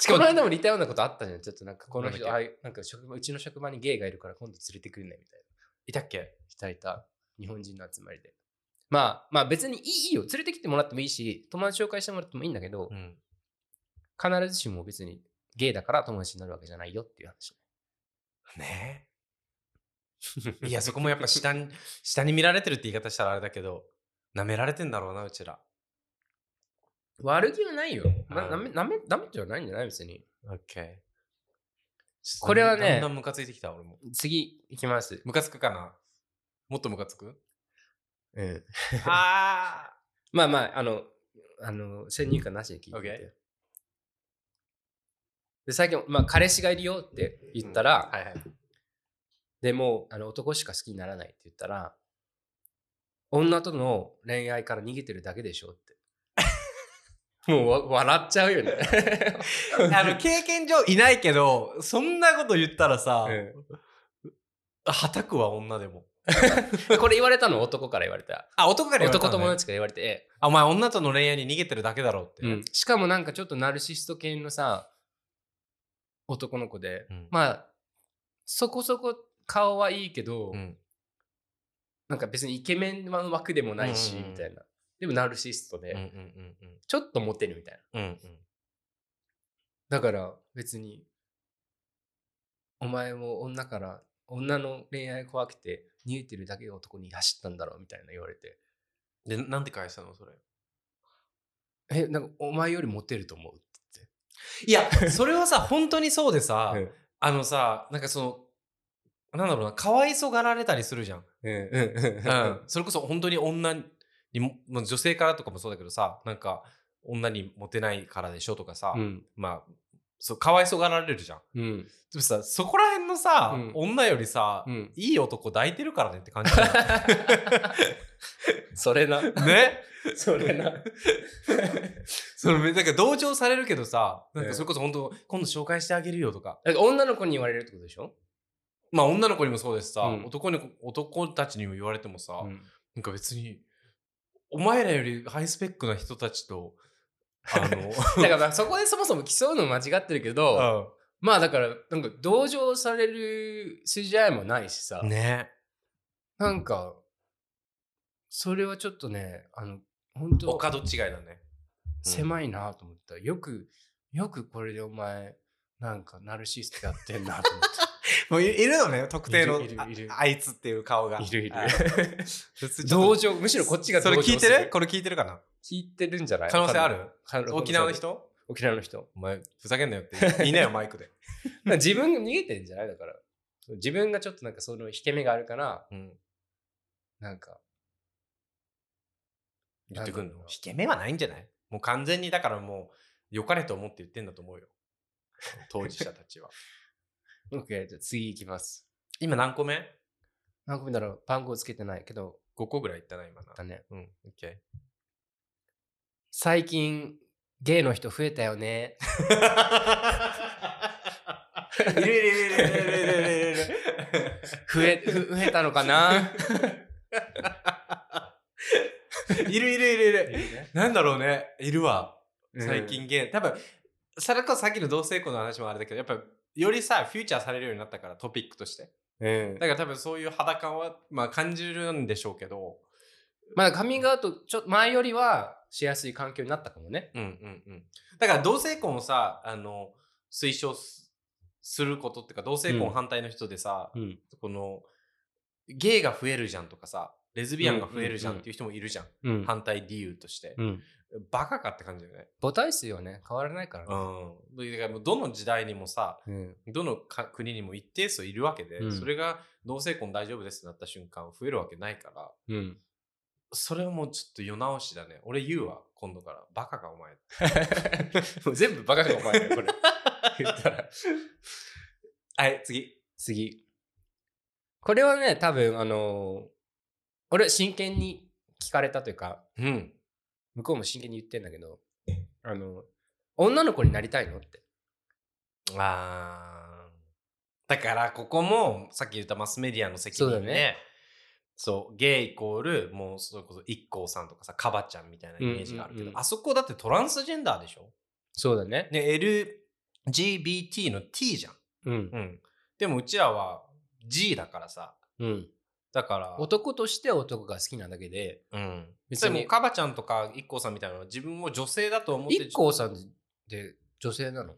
B: し
A: この間も似たようなことあったじゃんちょっとなんかこの
B: なん
A: 人
B: だっ
A: あいなんか職場うちの職場にゲイがいるから今度連れてくるねみたいない
B: たっけ
A: いたいた日本人の集まりでまあまあ別にいいいいよ連れてきてもらってもいいし友達紹介してもらってもいいんだけど、
B: うん。
A: 必ずしも別にゲイだから友達になるわけじゃないよっていう話
B: ね [LAUGHS] え。いや、そこもやっぱ下 [LAUGHS] に、下に見られてるって言い方したらあれだけど、舐められてんだろうな、うちら。
A: 悪気はないよ。な
B: うん
A: なめなめダメじゃないんじゃない別に。
B: オッケー。
A: これはね
B: だんだんムカついてきた、俺も。
A: 次いきます。
B: ムカつくかなもっとムカつく
A: うん、
B: ああ。
A: まあまあ、あの、あの先入観なしで聞いてみて。
B: OK
A: で、最近、まあ、彼氏がいるよって言ったら、
B: [LAUGHS] はいはい。
A: でもうあの男しか好きにならないって言ったら、女との恋愛から逃げてるだけでしょっ
B: [LAUGHS]
A: て。もうわ笑っちゃうよね。
B: あ
A: [LAUGHS]
B: の、経験上いないけど、そんなこと言ったらさ、はたくは女でも。 [LAUGHS]
A: これ言われたの男から言われた。
B: あ、男から言われた
A: 男
B: のね
A: 友達から言われて、え
B: あ、お前女との恋愛に逃げてるだけだろうって。
A: うん、しかもなんかちょっとナルシスト系のさ男の子で、
B: うん
A: まあそこそこ顔はいいけど、
B: うん
A: なんか別にイケメンの枠でもないし、
B: うんうんうん
A: みたいなでもナルシストで、
B: うんうんうん
A: ちょっとモテるみたい
B: うんうんうん
A: なだから別にお前も女から女の恋愛怖くて逃げてるだけの男に走ったんだろうみたいな言われて
B: で、なんて返したのそれ。
A: えなんかお前よりモテると思うって
B: いや、それはさ、 [LAUGHS] 本当にそうでさ、
A: うん
B: あのさ、なんかその、なんだろうな、かわいそがられたりするじゃん。うん、それこそ本当に女にも、まあ女性からとかもそうだけどさ、なんか、女にモテないからでしょとかさ、
A: うん
B: まあ、そう、かわいそがられるじゃん。
A: うん
B: でもさ、そこら辺のさ、
A: うん
B: 女よりさ、 [LAUGHS]
A: うん
B: いい男抱いてるからねって感じだよ
A: それな
B: ね
A: [LAUGHS] そ
B: [LAUGHS]
A: れな
B: そのなんか同情されるけどさ、なん
A: ええ
B: かそれこそ本当、今度紹介してあげるよとか。
A: なんか女の子に言われるってことでしょ、
B: まあ女の子にもそうですさ、
A: うん
B: 男に男たちにも言われてもさ、
A: うん
B: なんか別に、お前らよりハイスペックな人た
A: [LAUGHS]
B: ちと、あの、
A: だからまあそこでそもそも競うの間違ってるけど、
B: [LAUGHS]
A: まあだからなんか同情される筋合いもないしさ、
B: ね
A: なんかそれはちょっとねあの本
B: お
A: 当
B: 門違いだね。
A: 狭いなと思った、よくよくこれでお前なんかナルシストやってんなと思
B: [LAUGHS]
A: って
B: もういいるのね、特定の
A: いるいるいる
B: ああいつっていう顔が。
A: いるいる [LAUGHS]
B: はい別にちょっと
A: 同情むしろこっちが
B: そ
A: 同
B: れ
A: 情
B: 聞いて
A: す
B: るこれ聞いてる
A: [LAUGHS]
B: かな
A: 聞いてるんじゃない
B: 可能性ある
A: 可能
B: 沖縄の人
A: 沖縄の人
B: お前、ふざけんなよっ
A: [LAUGHS]
B: て。いいなよ、マイクで。
A: だから自分が逃げてんじゃないだから自分がちょっとなんかその引け目があるから
B: うん
A: なんか
B: 言ってくん
A: なん
B: の
A: だろうな
B: 引け目はないんじゃないもう完全にだからもう良かれと思って言ってんだと思 [LAUGHS] うよ当事者たちは
A: OK じゃあ次行きます
B: 今何個目
A: 何個目だろう番号つけてないけど、
B: 5個ぐらい言ったな今な
A: だね。
B: うん OK
A: 最近、ゲイの人増えたよね。
B: [LAUGHS]
A: [LAUGHS]
B: いるいるいるいるいるいるいる
A: 増え、ふ増えたのか [LAUGHS] な
B: いるいるいるいるなんだろうねいるわ
A: うん
B: 最近ゲイ多分さらこそさっきの同性婚の話もあれだけどやっぱよりさ、フューチャーされるようになったから、トピックとして。
A: うん
B: だから多分そういう肌感は、まあ感じるんでしょうけど、
A: まあカミングアウトちょ前よりはしやすい環境になったかもね。
B: うんうんうん。だから同性婚をさ、あの、推奨すすることっていうか、同性婚反対の人でさ、
A: うん
B: この、ゲイが増えるじゃんとかさ、レズビアンが増えるじゃんっていう人もいるじゃん。
A: うん
B: 反対理由として
A: う。ん、
B: バカかって感じだよね。
A: 母体数はね変わらないからね。
B: うん。だからもうどの時代にもさ、
A: うん
B: どのか国にも一定数いるわけで、
A: うん
B: それが同性婚大丈夫ですってなった瞬間増えるわけないから、
A: うん、
B: それはもうちょっと世直しだね。俺言うわ、今度から。バカかお前。
A: [LAUGHS] もう全部バカがお前だ [LAUGHS] よこれ言った [LAUGHS] ら
B: はい、次。
A: 次これはね多分あのー俺真剣に聞かれたというか
B: うん。
A: 向こうも真剣に言ってんだけどあの女の子になりたいのって
B: あーだからここもさっき言ったマスメディアの責任
A: そうだね
B: そうゲイイコールもうそれこそ IKKO さんとかさカバちゃんみたいなイメージがあるけど、
A: うんうんうん
B: あそこだってトランスジェンダーでしょ
A: そうだね
B: ね LGBT の T じゃん、
A: うん
B: うん、でもうちらは G だからさ
A: うん
B: だから
A: 男として男が好きなだけで
B: うん
A: 別
B: で
A: に
B: もカバちゃんとか IKKO さんみたいなのは自分を女性だと思って
A: IKKO さんって女性なの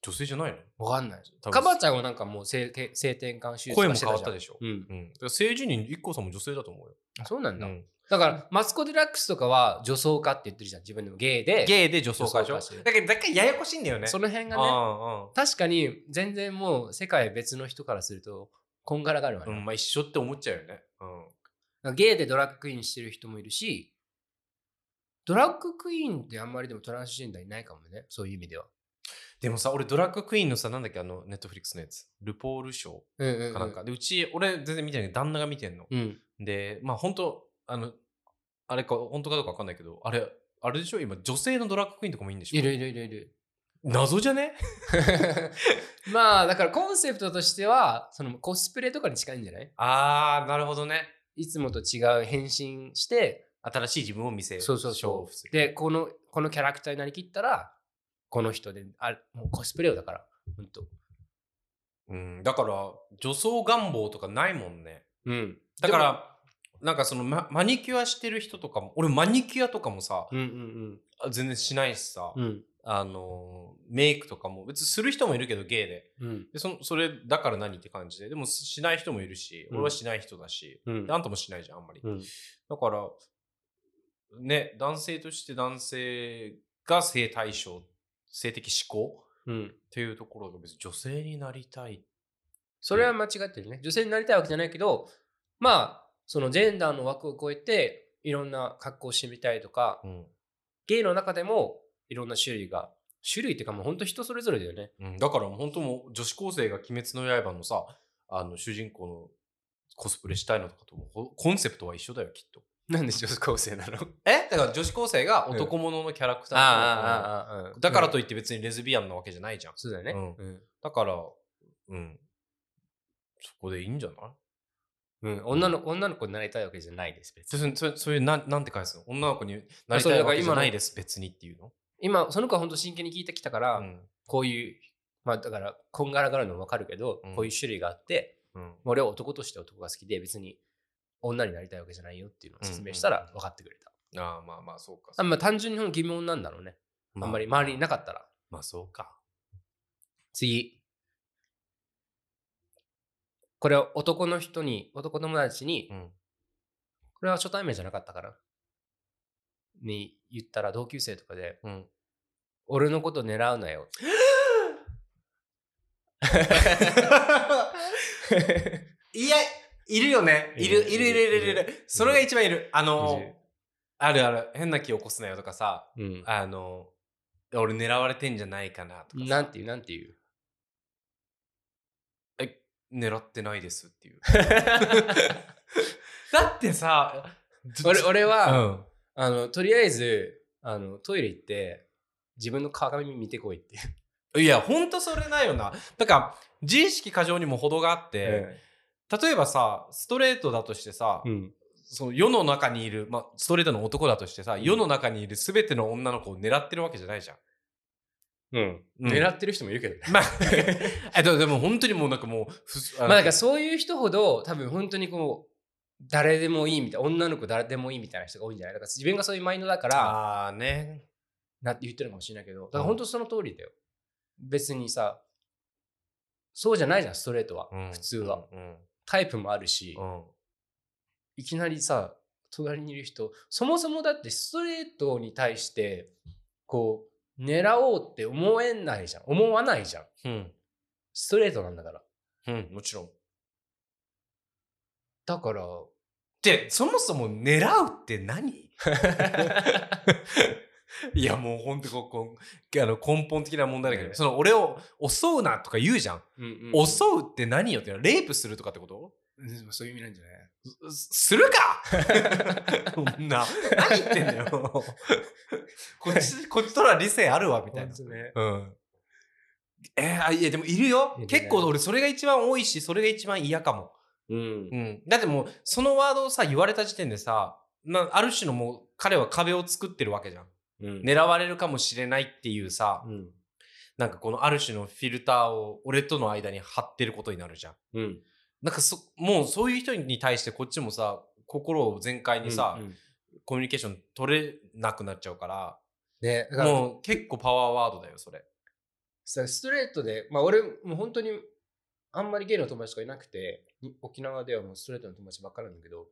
B: 女性じゃないの
A: わかんない
B: 多分
A: カバちゃんはなんかもう性け性転換手術と
B: 声も
A: かして
B: 変わ
A: たじ
B: った
A: ゃん
B: でしょ、
A: うん
B: うん、だから政治人 IKKO さんも女性だと思うよ、
A: あそうなんだ、
B: うん
A: だからマツコ・デラックスとかは女装家って言ってるじゃん自分でもゲイで
B: ゲイで女装家でしょ
A: 女装家
B: だからだからややこしいんだよね。
A: その辺がね
B: あ
A: 確かに全然もう世界別の人からするとこんがらがるわ
B: あうんうん
A: ね、
B: まあ一緒って思っちゃうよね。
A: ゲイでドラッグクイーンしてる人もいるしドラッグクイーンってあんまりでもトランスジェンダーいないかもねそういう意味では
B: でもさ、俺ドラッグクイーンのさ、なんだっけ、あの、ネットフリックスのやつ。ルポール賞
A: うんうん、う
B: かなんか。で、うち、俺全然見てないけど、旦那が見てんの。
A: うん
B: で、まあ本当あの、あれか、本当かどうかわかんないけど、あれ、あれでしょ今、女性のドラッグクイーンとかもいいんでしょ
A: いるいるいるいる
B: 謎じゃね
A: まあだからコンセプトとしてはそのコスプレとかに近いんじゃない
B: あー、なるほどね。
A: いつもと違う変身して
B: 新しい自分を見せる。
A: そうそう
B: 勝
A: そ
B: 負す
A: う。
B: る
A: で、、この、このキャラクターになりきったら、この人で、あもうコスプレよだから、ほんと。
B: うん、だから、女装願望とかないもんね。
A: うん。
B: だから、なんかそのママニキュアしてる人とかも、俺マニキュアとかもさ、
A: うんうん
B: あ全然しないしさ、
A: うん。うん。
B: あのー、メイクとかも、別にする人もいるけど、ゲイで。
A: うん。
B: で、そのそれだから何って感じで、でもすしない人もいるし、
A: うん
B: 俺はしない人だし、
A: うん
B: であんたもしないじゃん、あんまり。
A: うん。
B: だから、ね、男性として男性が性対象、性的指向
A: うん。
B: っていうところが別に女性になりたい。
A: それは間違ってるね。女性になりたいわけじゃないけど、まあ、そのジェンダーの枠を超えて、いろんな格好をしてみたいとか、
B: ん。
A: ゲイの中でもいろんな種類が、種類っていうかもうほんと人それぞれだよね。
B: うん、だからもう本当もう女子高生が「鬼滅の刃」のさあの主人公のコスプレしたいのとかともほコンセプトは一緒だよきっと
A: なんで女子高生なの
B: えだから女子高生が男物のキャラクターなの
A: ああああ、
B: だからと
A: い
B: いって別にレズビアンなわけじゃないじゃん
A: そうだよね。
B: う
A: うん
B: だからうんそこでいいんじゃない
A: うん。女の女の子になりたいわけじゃないです、別に
B: そそそそういうなんなんて返すの女の子になりたいわけじゃないです別にっていうの
A: 今その子は本当真剣に聞いてきたから、
B: うん
A: こういうまあだからこんがらがるのも分かるけど、
B: うん
A: こういう種類があって
B: うん
A: 俺は男として男が好きで別に女になりたいわけじゃないよっていうのを説明したら分かってくれた、
B: ああまあまあそうか
A: あまあ単純に疑問なんだろうね、あんまり周りにいなかったら
B: まあそうか
A: 次これは男の人に男友達に、
B: うん
A: これは初対面じゃなかったからに言ったら同級生とかで
B: うん
A: 「俺のこと狙うなよ」
B: [LAUGHS] いや、いるよね。いる、
A: いる
B: いる、いる、いる、いるい
A: い
B: る。それが一番いる。あの
A: いる、
B: あるある、変な気起こすなよとかさ、
A: うん
B: あの、俺狙われてんじゃないかなとかさ
A: なんていうなんて [LAUGHS] いう
B: 狙ってないですっていう。 [LAUGHS] だってさ、
A: 俺俺は、
B: うん
A: あのとりあえずあのトイレ行って自分の鏡見てこいっていう、
B: いや、ほんとそれないよな。だから、自意識過剰にも程があって、例えばさ、ストレートだとしてさ、
A: うん
B: その世の中にいる、まあ、ストレートの男だとしてさ、世の中にいる全ての女の子を狙ってるわけじゃないじゃん。 [LAUGHS]
A: うん。
B: うん
A: 狙ってる人もいるけどね。
B: まあ、えっと、でも本当にもうなんかもうふす、
A: まあ、だからそういう人ほど、多分本当にこう、誰でもいいみたいな、女の子誰でもいいみたいな人が多いんじゃないだから自分がそういうマインドだから、
B: あーね。
A: なって言ってるかもしれないけど、だから本当その通りだよ。別にさ、そうじゃないじゃん、ストレートは。
B: うん
A: 普通は。。
B: うん
A: タイプもあるし、
B: うん
A: いきなりさ、隣にいる人、そもそもだってストレートに対して、こう、狙おうって思えないじゃん。思わないじゃん。
B: うん。
A: ストレートなんだから。
B: うん、もちろん。
A: だから、
B: で、そもそも狙うって何いや、もう本当ここあの根本的な問題だけど、
A: ね
B: その俺を襲うなとか言うじゃん。襲うって何よってのはレイプするとかってこと
A: うんそういう意味なんじゃない
B: すするか [LAUGHS] こんな。何言ってん
A: [LAUGHS]
B: だよ。こっち、こっちとら理性あるわ、みたいな。
A: ね。
B: うん。えーあ、いや、でもいるよ
A: いるね。
B: 結構俺、それが一番多いし、それが一番嫌かも。
A: うん
B: う。ん。だってもう、そのワードをさ、言われた時点でさ、なある種のもう、彼は壁を作ってるわけじゃん。
A: うん。
B: 狙われるかもしれないっていうさ、
A: うん。
B: なんかこのある種のフィルターを俺との間に貼ってることになるじゃん。
A: うん。
B: なんかそ、もうそういう人に対してこっちもさ、心を全開にさ、
A: うん
B: コミュニケーション取れなくなっちゃうから、
A: ね、だから
B: もう結構パワーワードだよ、それ。
A: さ、ストレートで、まあ俺、もう本当に、あんまりゲイの友達がいなくて、に沖縄ではもうストレートの友達ばっかりなんだけど、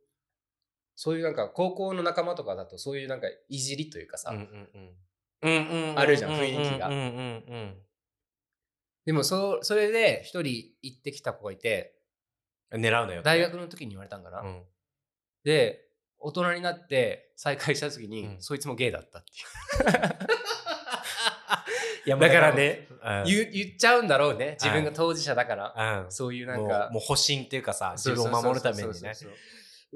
A: そういうなんか高校の仲間とかだと、そういうなんかいじりというかさ、
B: んうんうん。うんうん。
A: あるじゃん雰囲気が
B: うんうんうん
A: でもそう、それで一人行ってきた子がいて、
B: うん。狙うなよ。
A: 大学の時に言われたんかな。
B: うん。
A: で、大人になって再会した時に、
B: うん
A: そいつもゲイだったって [LAUGHS]
B: いや
A: だからね、
B: うん
A: いう、言言っちゃうんだろうね。自分が当事者だから。
B: うん。
A: そういうなん
B: もう
A: か、
B: もう保身っていうかさ、
A: そ
B: 自
A: うそう
B: 分
A: そう
B: を守るために
A: そう
B: ね。
A: そうそう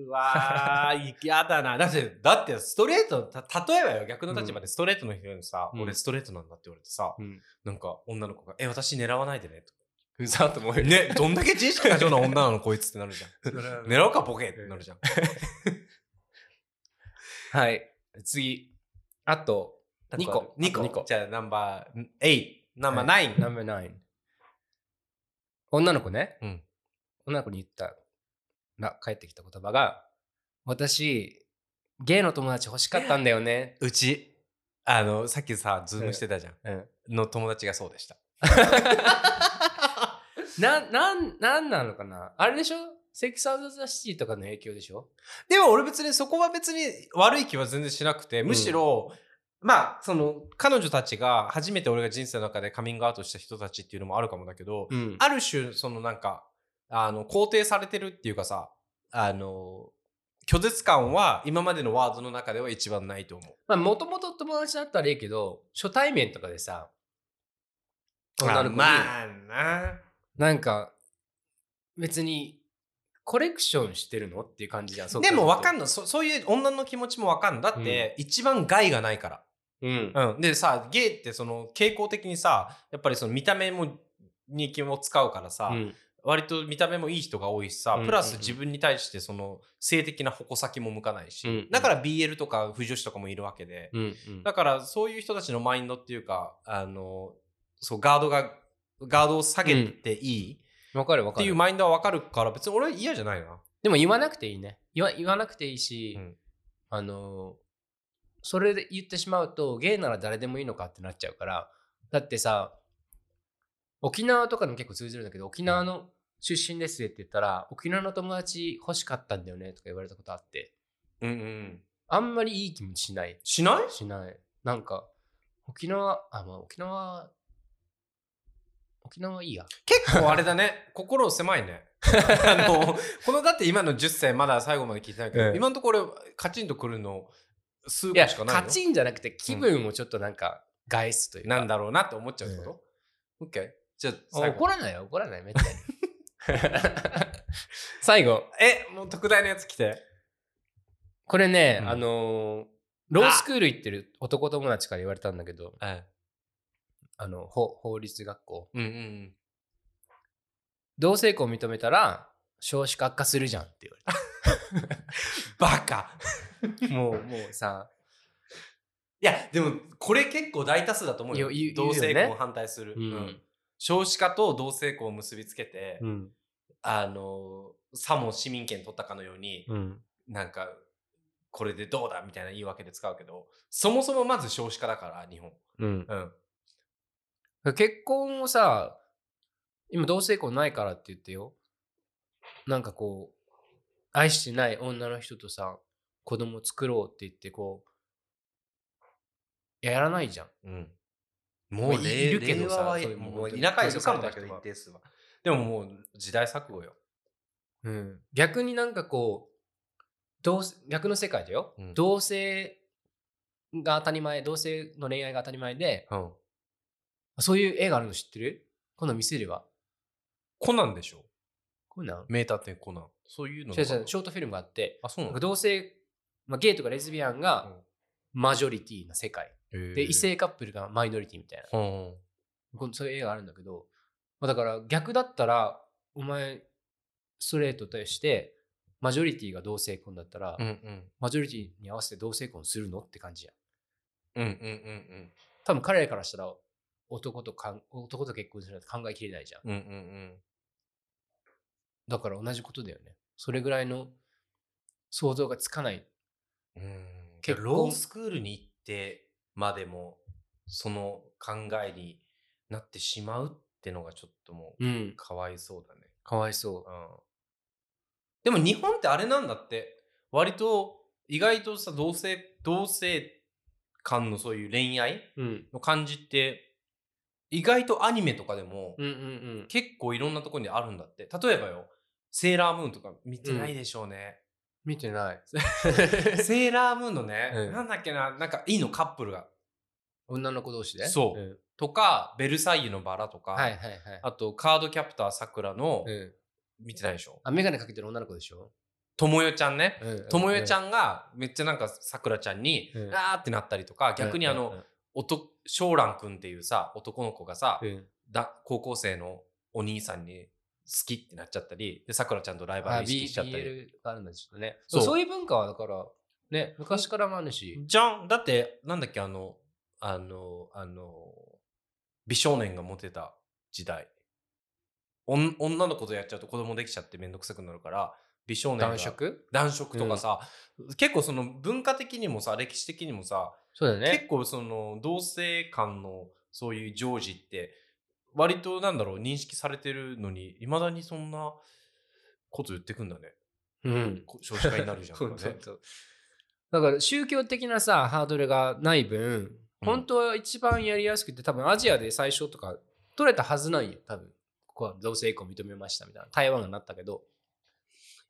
B: うわー、嫌だ [LAUGHS] な。だって、だってストレート、た例えばよ、逆の立場でストレートの人にさ、
A: うん
B: 俺ストレートなんだって言われてさ、
A: うん
B: なんか女の子が、え、私狙わないでね。
A: ふざと思うよね。
B: ね、どんだけ自意識過剰な女なのこいつってなるじゃん。狙うかボケってなるじゃん。
A: はい。次。あと、二個
B: 2個。
A: あと二個
B: じゃあ、ナンバー8、ナンバー9。
A: ナンバーナイン。女の子ね。
B: うん
A: 女の子に言ったら、帰ってきた言葉が、私、ゲイの友達欲しかったんだよね。 [LAUGHS]
B: うち、あの、さっきさ、ズームしてたじゃん。
A: うん
B: の友達がそうでした。
A: な、なん、なんなのかなあれでしょセクサーズ・ザ・シティとかの影響でしょ
B: でも俺別にそこは別に悪い気は全然しなくて、むしろ、まあ、その、彼女たちが初めて俺が人生の中でカミングアウトした人たちっていうのもあるかもだけど、
A: うん
B: ある種、そのなんか、あの、肯定されてるっていうかさ、あの、拒絶感は今までのワードの中では一番ないと思う。
A: まあ、もともと友達だったらいいけど、初対面とかでさ、女の子に、
B: まあな。
A: なんか、別に、コレクションしてるのっていう感じじゃん。
B: でもわか
A: い。
B: んないそ。そういう女の気持ちもわかんない。だって、一番害がないから。
A: うん。
B: うん、でさゲイってその傾向的にさやっぱりその見た目もに気も使うからさ、
A: うん
B: 割と見た目もいい人が多いしさ、
A: うん
B: プラ
A: うんう
B: ス
A: ん
B: 自分に対してその性的な矛先も向かないし、
A: うんうん
B: だから BL とか腐女子とかもいるわけで、
A: うん
B: だからそういう人たちのマインドっていうかあのそうガードがガードを下げていい
A: わかるわ
B: っ
A: か
B: ていう
A: る。
B: マインドは分かるから別に俺嫌じゃないな。
A: でも言わなくていいね。言わ言わなくていいし、
B: うん
A: あのー、それで言ってしまうと、ゲイなら誰でもいいのかってなっちゃうから、だってさ、沖縄とかでも結構通じるんだけど、沖縄の出身ですって言ったら、沖縄の友達欲しかったんだよねとか言われたことあって、
B: うんうん、
A: あんまりいい気持ちしない。
B: しない
A: しない。なんか、沖縄、あ、まあ沖縄、沖縄いいや。
B: 結構あれだ [LAUGHS] ね心狭い [LAUGHS] ねあのこのだって今の10歳まだ最後まで聞いてないけど、
A: ええ
B: 今のところ俺カチンとくるの数個
A: いや、
B: しかないの
A: カチンじゃなくて気分をちょっとなんか、外出というか。
B: なんだろうなって思っちゃうってこと、オッケーじゃあ
A: あ
B: 最
A: 怒
B: 後
A: らないよ、怒らない、めっち
B: [LAUGHS]
A: ゃ。最後、
B: えもう特大のやつ来て
A: これね、
B: うん
A: あのーロースクール行ってる男友達から言われたんだけど、あの、法法律学校。
B: うんうん
A: 同性婚認めたら、少子化悪化するじゃんって言われた。
B: バカ [LAUGHS]
A: もう、もうさ、
B: や、でも、これ結構大多数だと思うよ。
A: いやいい
B: 同性
A: いるよ
B: 婚
A: ね
B: を反対する、
A: うん
B: うん少子化と同性婚を結びつけて、
A: うん。
B: あの、さも市民権取ったかのように、
A: うん。
B: なんか、これでどうだみたいな言い訳で使うけど、そもそもまず少子化だから、日本。
A: うん。
B: うん。
A: 結婚をさ、今同性婚ないからって言ってよ。なんかこう、愛してない女の人とさ、子供作ろうって言ってこう、いややらないじゃん。
B: うん。もう、
A: い
B: れい
A: いるけどさ
B: 令和は
A: それも
B: もう
A: 本当に
B: 田舎へ行くかも
A: 許
B: だ
A: さ
B: け
A: れた人
B: ど、
A: は
B: 一定数は。でももう、時代錯誤よ。
A: うん、逆になんかこう同性逆の世界だよ、
B: うん
A: 同性が当たり前同性の恋愛が当たり前で
B: うん。
A: そういう映画あるの知ってる今度見せれば
B: コナンでしょ
A: こんなん
B: 名探偵コナン。そういうの
A: 違う違うショートフィルムがあって
B: あ、そうな
A: なんんか
B: だ。
A: 同性、まあ、ゲイとかレズビアンがマジョリティな世界、で
B: で
A: 異。性カップルがマイノリティみたいな
B: うん。
A: このそういう映画あるんだけど、まあ、だから逆だったらお前ストレートとしてマジョリティが同性婚だったら、
B: うんうん。
A: マジョリティに合わせて同性婚するのって感じやん
B: うんうんうん
A: 多分彼らからしたら男とかん男と結婚するなんて考えきれないじゃん。
B: うん。うんうん
A: だから同じことだよね。それぐらいの想像がつかない。
B: うん。うん。
A: 結婚
B: ロースクールに行ってまでも、その考えになってしまうってのがちょっともう、
A: うん、
B: かわいそうだね。
A: かわいそ
B: うん。でも日本ってあれなんだって。割と、意外とさ、同性、同性間のそういう恋愛
A: う。うん、
B: の感じって、意外とアニメとかでも、
A: うん、うん、
B: 結構いろんなところにあるんだって例えばよセーラームーンとか見てないでしょうね、
A: 見てない。 [LAUGHS]
B: セーラームーンのね、
A: うん
B: なんだっけななんかいいのカップルが
A: 女の子同士で
B: そうんとか「ベルサイユのバラ」とか、
A: はいはいはい。
B: あと「カードキャプターさくら」の、
A: うん、
B: 見てないでしょ
A: あ、眼鏡かけてる女の子でしょ
B: ともよちゃんね
A: うん
B: ともよち
A: ん。
B: ゃんがめっちゃなんかさくらちゃんに、
A: うん
B: あーってなったりとか逆にあの、おと翔蘭くんっていうさ男の子がさ、
A: うん、うん
B: だ高校生のお兄さんに好きってなっちゃったりでさくらちゃんとライバ
A: あ
B: ル意
A: B
B: 識しちゃったり
A: BL があるんだちょっとね。
B: そ
A: そうういう文化はだから、ね、昔からもあるし。
B: じゃんだって、なんだっけ、あの、あの、あの、美少年がモテた時代。おん女の子とやっちゃうと子供できちゃってめんどくさくなるから、美少年が
A: 男色
B: 男色とかさ、結構その文化的にもさ、歴史的にもさ、
A: そうだよね。
B: 結構その同性間のそういう常時って、割となんだろう、認識されてるのに、いまだにそんなこと言ってくんだね。
A: うん。
B: こ少子化になる [LAUGHS] じゃんと
A: そう
B: か
A: そう
B: ね。
A: そうだから宗教的なさハードルがない分本当は一番やりやすくて多分アジアで最初とか取れたはずなんよ多分ここは同性婚認めましたみたいな台湾がなったけど、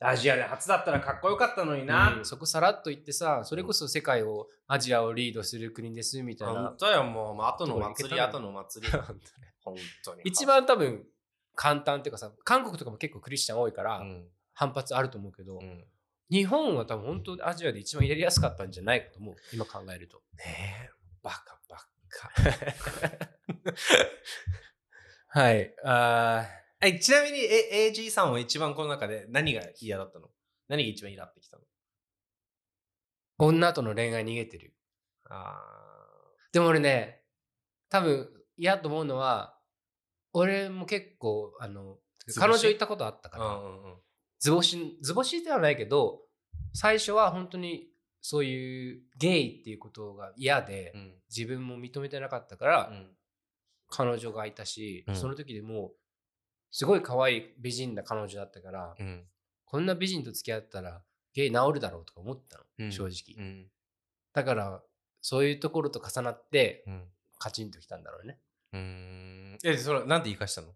B: アジアで初だったらかっこよかったのに
A: うんそこさらっと言ってさそれこそ世界をアジアをリードする国ですみたい
B: 本
A: な
B: 当よ、もう、まあ後の
A: どこ行け
B: 祭
A: た
B: り、
A: の
B: 後の祭 [LAUGHS] り。本当に。
A: [LAUGHS] 一、番多分簡単っていうかさ韓国とかも結構クリスチャン多いか
B: う
A: ら
B: ん
A: 反発あると思うけど、
B: うん、ね
A: 日本は多分本当アジアで一番やりやすかったんじゃないかと思う今考えると。
B: え、バカバ [LAUGHS] カ。
A: はいあー
B: えちなみに、A、AG さんは一番この中で何が嫌だったの何が一番嫌ってきたの
A: 女との恋愛逃げてる。
B: あ
A: でも俺ね、多分嫌と思うのは、俺も結構、あの、
B: 図星
A: 彼女行ったことあった
B: あ。
A: から、
B: うんうん。
A: 図星、図星ではないけど、最初は本当にそういうゲイっていうことが嫌で、
B: うん。
A: 自分も認めてなかったから、
B: うん
A: 彼女がいたし、
B: うん
A: その時でも、すごい可愛い美人な彼女だったから、
B: うん。
A: こんな美人と付き合ったらゲイ治るだろうとか思ったの、
B: うん
A: 正直。
B: うん。
A: だから、そういうところと重なって、
B: うん。
A: カチンときたんだろうね。
B: うん。え、それ、なんて言い返したの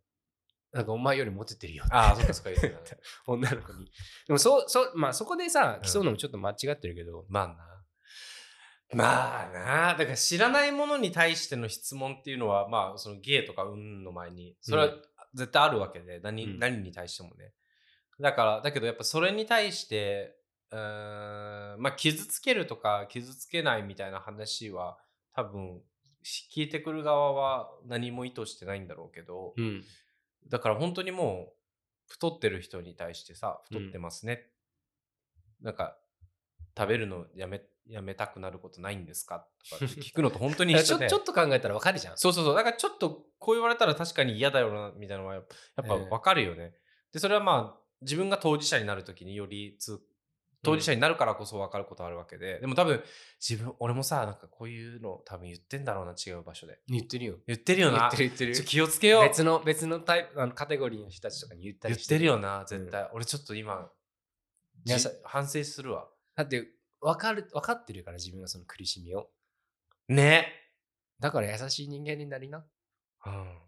A: なんかお前よりモテてるよ [LAUGHS] って
B: ああ、そっかそっか言ってたね。
A: 女の子に。でもそう、そう、まあそこでさ
B: ん、
A: 競うのもちょっと間違ってるけど、
B: まあな。まあな。だから知らないものに対しての質問っていうのは、まあ、そのゲイとかうんの前に、それは
A: うん
B: 絶対あるわけで、何、
A: うん
B: 何に対してもね。だから、だけどやっぱそれに対して、うーん、まあ傷つけるとか傷つけないみたいな話は、多分、聞いてくる側は何も意図してないんだろうけど、
A: うん。
B: だから本当にもう太ってる人に対してさ
A: うん
B: 太ってますね、なんか食べるのやめ辞めたくなることないんですかとかって聞くのと本当に
A: だから
B: 一
A: ち
B: 緒
A: ょ
B: で
A: ちょっと [LAUGHS] 考えたらわかるじゃん。
B: [LAUGHS] そうそうそう。だからちょっとこう言われたら確かに嫌だよな、みたいなのはやっぱわかるよね。で、それはまあ、自分が当事者になるときによりつ、当事者になるからこそわかることあるわけで、でも多分、自分、俺もさ、なんかこういうの多分言ってんだろうな、違う場所で。
A: 言ってるよ。
B: 言ってるよ
A: 言
B: な。
A: ってる言ってる
B: ちょ。気をつけよう。
A: 別の別のタイプあのカテゴリーの人たちとかに言った
B: 言
A: り
B: っ
A: して
B: てるよな、絶対。俺ちょっと今、
A: いや
B: じ
A: さ
B: 反省するわ。
A: だって分かる分かってるから自分のその苦しみを
B: ね。
A: だから優しい人間になりな
B: うん、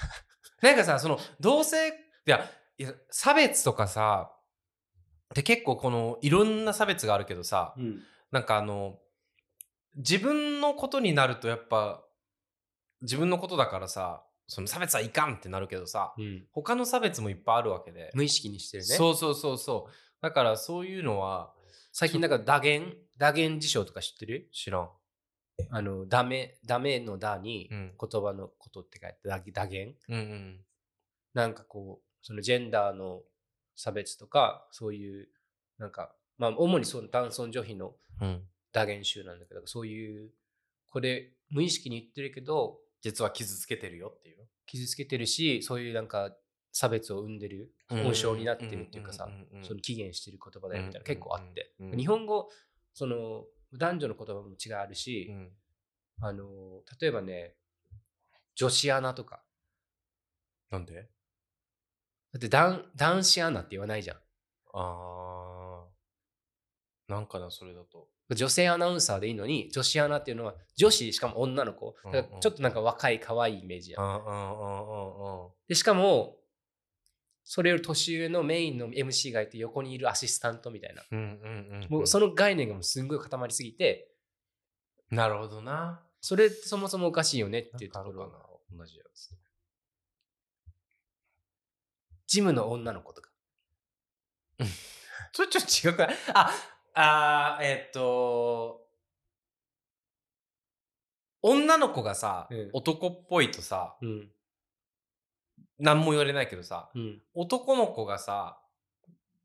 B: [LAUGHS] なんかさその同性いやいや差別とかさで結構このいろんな差別があるけどさ、
A: うん
B: なんかあの自分のことになるとやっぱ自分のことだからさその差別はいかんってなるけどさ他の差別もいっぱいあるわけで、
A: 無意識にしてるね
B: そうそうそうそうだからそういうのは
A: 最近なんか打言打言辞書とか知ってる
B: 知らん、
A: あのダメダメのダに
B: うん
A: 言葉のことって書いて打打言
B: うんうん、
A: なんかこうそのジェンダーの差別とかそういうなんかまあ主にその男尊女卑の
B: うん、
A: 打言集なんだけどそういうこれ無意識に言ってるけど
B: 実は傷つけてるよっていう
A: 傷つけてるしそういうなんか差別を生んでる温床になってるっていうかさ
B: んんん
A: その起源してる言葉だよみたいな
B: うん
A: 結構あって
B: うん
A: 日本語その男女の言葉も違いあるし、
B: うん
A: あの例えばね女子アナとか
B: なんで
A: だって男男子アナって言わないじゃん
B: あーなんかなそれだと
A: 女性アナウンサーでいいのに女子アナっていうのは女子しかも女の子
B: う
A: だ
B: ん
A: からちょっとなんか若い可愛いイメージやん
B: んうんうんうん
A: でしかもそれより年上のメインの MC がいて横にいるアシスタントみたいな
B: うんうんうん
A: もうその概念がもうすんごい固まりすぎて
B: なるほどな
A: それそもそもおかしいよねっ
B: ってて
A: い
B: いうう
A: と
B: と
A: こ
B: こ
A: ろ
B: ろな同じやつ
A: ジムの女の子とか
B: それちょっと違くないああーえっと女の子がさ、
A: うん
B: 男っぽいとさ
A: うん
B: 何も言われないけどさ
A: うん
B: 男の子がさ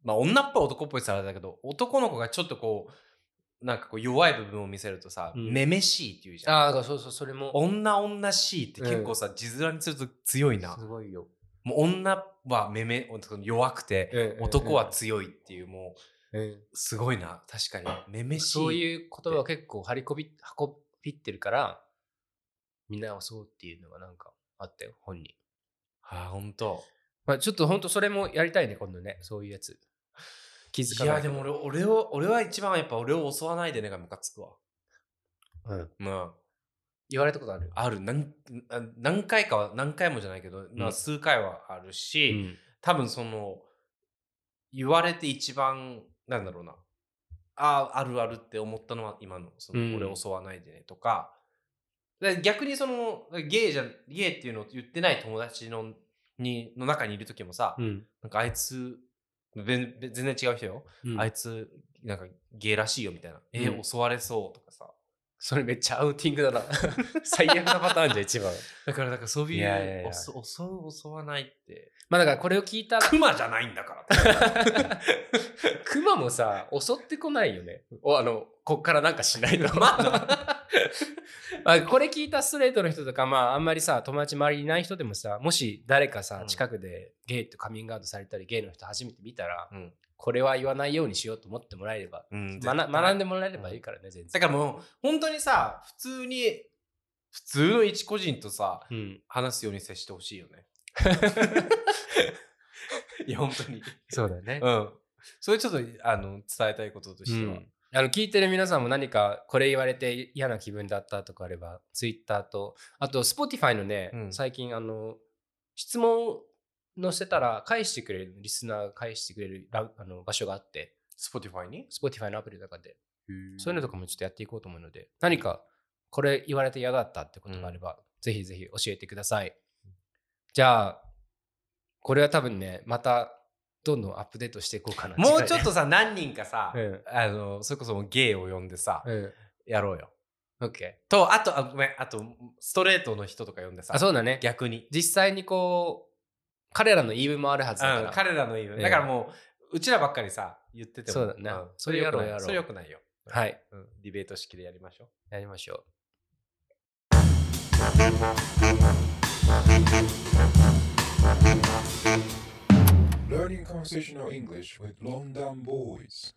B: まあ女っぽい男っぽいって言ったらあれだけど男の子がちょっとこうなんかこう弱い部分を見せるとさ、
A: うん
B: めめしいって言うじゃん
A: ああそうそうそれも
B: 女女しいって結構さ、字面にすると強いな
A: すごいよ。
B: もう女はめめ弱くて、男は強いっていうも
A: うん、
B: うすごいな確かにめめしい
A: そういう言葉を結構張りこび運びってるからみんなはそうっていうのがなんかあったよ本人。
B: あ本当
A: まあ、ちょっと本当それもやりたいね今度ねそういうやつ。気づ
B: い
A: かない。
B: やでも俺俺を俺は一番やっぱ俺を襲わないでねがムカつくわ
A: うん
B: うん
A: 言われたことある。
B: ある何何回かは何回もじゃないけど、まあ数回はあるし、
A: うん
B: 多分その言われて一番なんだろうなあああるあるって思ったのは今のその、
A: うん
B: 俺を襲わないでねとかだから逆にそのゲイじゃゲイっていうのを言ってない友達のにの中にいる時もさ、なんかあいつべんべ全然違う人よ、
A: うん
B: あいつなんかゲイらしいよみたいな、え
A: うん
B: ー襲われそうとかさ
A: それめっちゃアウティングだな。 [LAUGHS] 最悪なパターンじゃん一番。
B: だからなんかそういう
A: いやいやいや
B: おそ襲う襲わないって
A: [LAUGHS] まあだからこれを聞いた
B: クマじゃないんだからって
A: クマもさ襲ってこないよね。おあのこっからなんかしないの。
B: まだ
A: [LAUGHS] まあ、これ聞いたストレートの人とか、まあ、あんまりさ友達周りにいない人でもさもし誰かさ
B: うん
A: 近くでゲイとカミングアウトされたりゲイの人初めて見たら、
B: うん
A: これは言わないようにしようと思ってもらえれば、
B: うん
A: 学
B: 絶対
A: 学んでもらえればいいからね全
B: だ
A: 然。
B: からもう本当にさ普通に普通の一個人とさ
A: うん、
B: 話すように接してほしいよ
A: [LAUGHS]
B: ね。いや本当に。
A: そうだね、
B: うん。それちょっとあの伝えたいこととしては。
A: あの聞いてる皆さんも何かこれ言われて嫌な気分だったとかあればツイッターとあと Spotify のね、
B: うん
A: 最近あの質問を載せたら返してくれるリスナーが返してくれるラあの場所があって
B: Spotify に
A: Spotify のアプリの中でそ
B: そ
A: い
B: うういうう
A: の
B: の
A: とかもちょっとやっていこうと思うので、何かこれ言われて嫌だったってことがあれば、ぜひぜひ教えてください。じゃあ、これは多分ね、またどんどんアップデートしていこうかな。
B: もうちょっ
A: と。
B: とさ何人か
A: [LAUGHS]
B: さ、
A: うん
B: あのそれこそもうゲイを呼んでさ、
A: うん。
B: やろうよ。
A: OK。
B: とあとあごめんあとストレートの人とか呼んでさ
A: あ、そうだね。
B: 逆に。
A: 実際にこう、彼らの言い分もあるはずだから。
B: うん、彼らの言い分、
A: ええ
B: だからもううちらばっかりさ言ってても
A: そうだね
B: ん
A: それやろう
B: 良くない
A: やろう
B: それよくないよこれ
A: はい、
B: うんディベート式でやりましょう。
A: やりましょ
E: Learning conversational English with London Boys.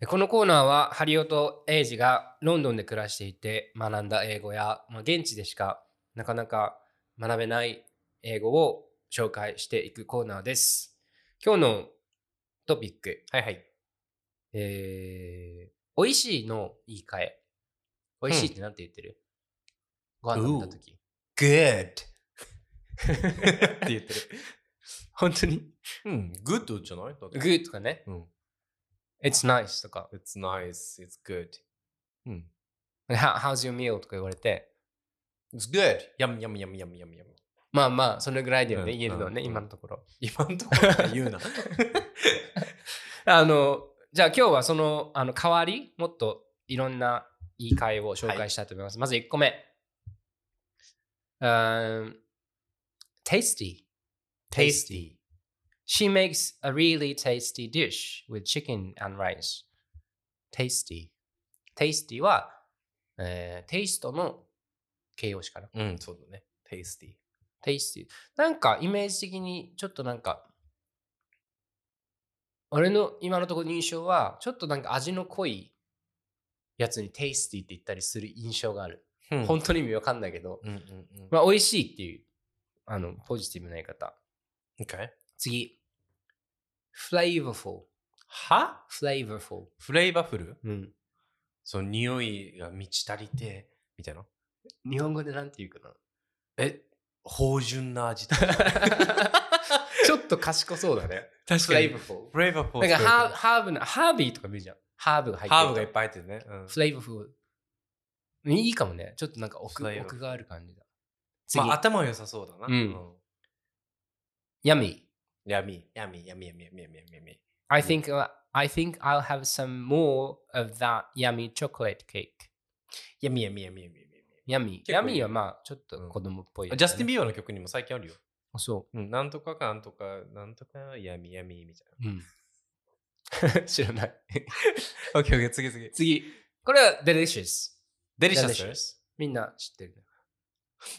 A: う。このコーナーは、ハリオとエイジがロンドンで暮らしていて学んだ英語や、まあ、現地でしかなかなか学べない英語を紹介していくコーナーです。今日のトピック、
B: はいはい。
A: えー、美味しいの言い換え。美味しいってなんて言ってる、ご飯食べた時。
B: Good! って言ってる。
A: 本当に
B: うん、Good じゃないだって
A: ?good とかね。
B: うん。
A: It's nice とか。
B: It's nice, it's good. うん。
A: How- [LAUGHS] How's your meal? とか言われて。
B: It's good! やむやむやむやむやむやむ。
A: まあまあ、それぐらいだよね、
B: うん
A: 言えるのはね、
B: うん
A: 今のところ。 [LAUGHS]
B: 今んところから言うな。
A: あの、じゃあ今日はその、あの、代わり、もっといろんな言い換えを紹介したいと思います。まず1個目。うーん tasty.
B: Tasty.
A: She makes a really tasty dish with chicken and rice. Tasty. Tasty は、えー、テイストの形容詞かな。
B: [LAUGHS] うん、そうだね。Tasty.
A: tasty。なんかイメージ的にちょっとなんか、俺の今のところの印象は、ちょっとなんか味の濃いやつに tasty って言ったりする印象がある。
B: うん
A: 本当に意味わかんないけど、
B: うんうんうん。
A: まあ美味しいっていう、あの、ポジティブな言い方。
B: Okay.
A: 次。flavorful。
B: は
A: flavorful。
B: フレーバフル
A: うん。
B: その匂いが満ち足りて、みたいな。
A: 日本語でなんて言うかな。
B: え、芳醇
A: [LAUGHS]
B: な味だ。
A: ちょっと賢そうだね。
B: 確
A: フレイブフォ
B: フレーバフ
A: ー。
B: ル。
A: なんかハーハーブな、ハービーとか見るじゃん。ハーブが入ってると
B: ハーブがいっぱい入ってるね。うん
A: フレーバフル。いいかもね。ちょっとなんか奥
B: flavorful
A: 奥がある感じだ。次、
B: まあ、頭良さそうだな。
A: うん。Yummy.
B: 闇、闇、闇、闇、闇、闇、闇。
A: I think,、I think I'll have some more of that yummy chocolate cake.
B: 闇、闇、闇、闇、
A: Yummy.
B: 結構いい
A: Yummy はまあちょっと子供っぽい、
B: 闇。ジャスティン・ビーバーの曲にも最近あるよ。
A: あそ。
B: うん。なんとかかんとか、なんとか、闇、闇、みたい
A: う
B: う
A: ん。 [LAUGHS] 知らない。
B: [LAUGHS] な。オッケーオッケー、次、次。
A: 次。これは delicious.
B: デリシャス。
A: delicious. みんな知ってるね。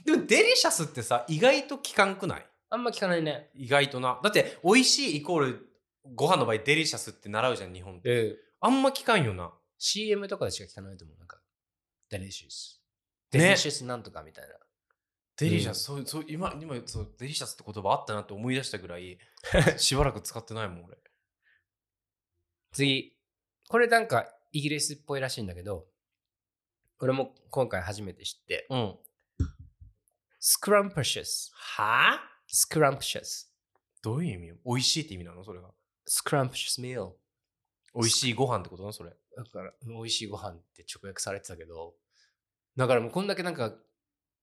B: でも、デリシャスってさ、意外と効かんくない
A: あんま聞かないね。
B: 意外とな。だって、美味しいイコール、ご飯の場合、デリシャスって習うじゃん、日本って。
A: うん。
B: あんま効かんよな。
A: CM とかでしか聞かないと思う。なんか、delicious。
B: ね
A: delicious なんとかみたいな。
B: デリシャス、そう、そう、今、今、そう、デリシャスって言葉あったなって思い出したぐらい、 [LAUGHS] しばらく使ってないもん、俺。
A: 次。これなんかイギリスっぽいらしいんだけど、俺も今回初めて知って、
B: うん。
A: scrumptious。
B: はぁ
A: scrumptious。
B: どういう意味よ美味しいって意味なのそれが。
A: scrumptious meal。
B: 美味しいご飯ってことなそれ。
A: だから、美味しいご飯って直訳されてたけど、だからもうこんだけなんか、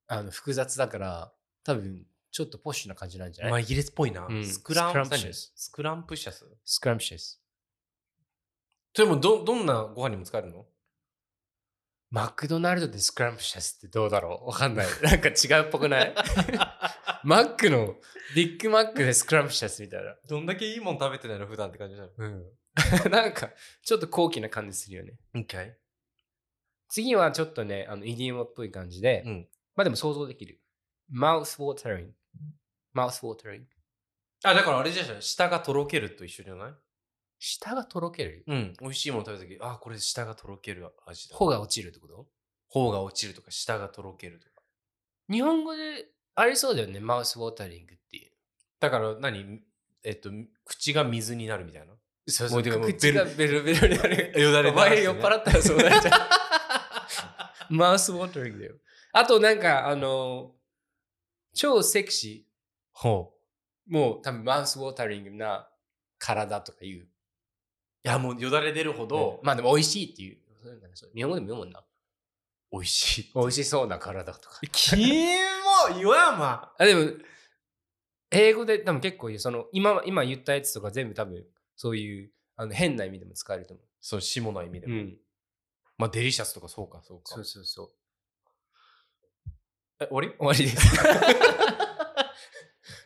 A: あの、複雑だから、多分、ちょっとポッシュな感じなんじゃない、
B: まあ、イギリスっぽいな。
A: うん
B: スクラン
A: ス
B: プ
A: クランプ
B: シ
A: シャ
B: ャ
A: ス
B: ス。スクランプシャス
A: ?scrumptious。
B: それもど、どんなご飯にも使えるの
A: マクドナルドでスクランプシャスってどうだろうわかんない。なんか違うっぽくない
B: [LAUGHS]
A: [LAUGHS] マックの、ビッグマックでスクランプシャスみたいな。
B: どんだけいいもん食べてないの普段って感じなの
A: うん。 [LAUGHS] なんか、ちょっと高貴な感じするよね。
B: 一回
A: 次はちょっとね、あの、イディオムっぽい感じで、
B: うん
A: まあでも想像できる。mouth watering。mouth watering。
B: あ、だからあれじゃん。舌がとろけると一緒じゃない
A: 舌がとろける
B: うん。美味しいもの食べた時、あ、これ舌がとろける味だ。
A: 頬が落ちるってこと
B: 頬が落ちるとか、舌がとろけるとか。
A: 日本語でありそうだよね、マウスウォータリングっていう。
B: だから何、えっと、口が水になるみたいな。
A: そう
B: う
A: そう、
B: でも
A: 口がベルベルになる。
B: よだ
A: お前酔っ払ったらそうなっちゃう。マウスウォータリングだよ。あとなんか、あの、超セクシ
B: ほう。
A: ー、もう多分マウスウォータリングな体とか言う。
B: いや、もうよだれ出るほど、
A: まあでも美味しいっていう。そういうのねそう日本語でも読むんだ。
B: 美味しい。
A: 美味しそうな体とか。
B: [LAUGHS] キモ岩山
A: あでも、英語で多分結構言う、その今今言ったやつとか全部多分そういうあの変な意味でも使えると思
B: その下の意味で
A: う。
B: も。
A: ん。
B: まあ、デリシャスとかそうか、そうか。
A: そうそうそう。
B: え、終わり
A: 終わり [LAUGHS] です。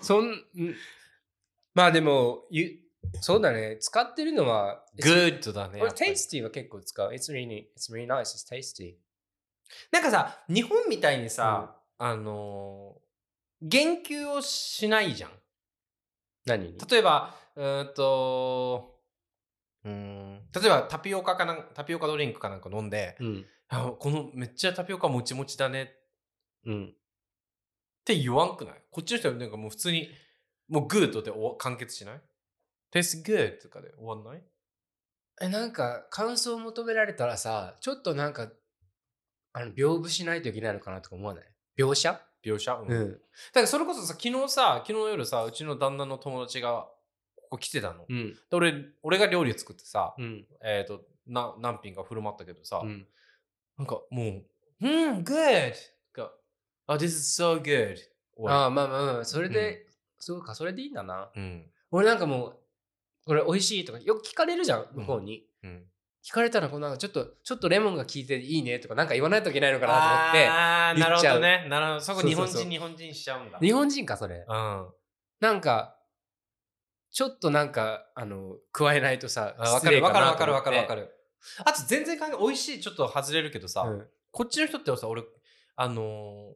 A: そん、んまあでも、ゆそうだね。使ってるのは、
B: Good だね。や
A: 俺、
B: っぱり
A: tasty は結構使う。It's really, it's really nice, it's tasty.
B: なんかさ、日本みたいにさ、あのー言及をしないじゃん。
A: 何に
B: 例えば、うーんと、うーん例えばタピオカかなんタピオカドリンクかなんか飲んで、
A: うん。
B: あこのめっちゃタピオカもちもちだねっ
A: うん。
B: て言わんくないこっちの人はなんかもう普通に、もうグーとで終わ完結しない ?Taste good とかで終わんない
A: え、なんか、感想を求められたらさ、ちょっとなんか、あの、屏風しないといけないのかなとか思わない描写
B: 描写、うんだか
A: ん。
B: らそれこそさ、昨日さ、昨日夜さ、うちの旦那の友達がここ来てたの。で
A: うん。
B: 俺、俺が料理作ってさ、
A: うん。
B: えっ、とな、何品か振る舞ったけどさ、
A: うん。
B: なんかもう、うん、good! が、あ、this is so good!
A: ああ、まあまあまあ、それで、そうか、それでいいんだな。
B: うん。
A: 俺なんかもう、これ美味しいとか、よく聞かれるじゃん、向こうに。
B: うん。
A: 聞かれたら、こうなんかちょっと、ちょっとレモンが効いていいねとか、なんか言わないといけないのかなと思っ
B: あー
A: 言
B: なる
A: っ
B: ほ
A: ちゃ
B: ど
A: う
B: ね。なるほど。そこ
A: そう
B: 日
A: そう
B: 本
A: そう
B: 人、日本人しちゃうんだ。
A: て。日本人か、それ。
B: うん。
A: なんか、ちょっとなんか、あの、加えないとさ、
B: あわか
A: 失礼
B: るわかる
A: な
B: わ
A: と
B: かる
A: 思
B: わ
A: って
B: かるわかる。あと全然関係美味しいちょっと外れるけどさ、
A: うん
B: こっちの人ってさ俺あの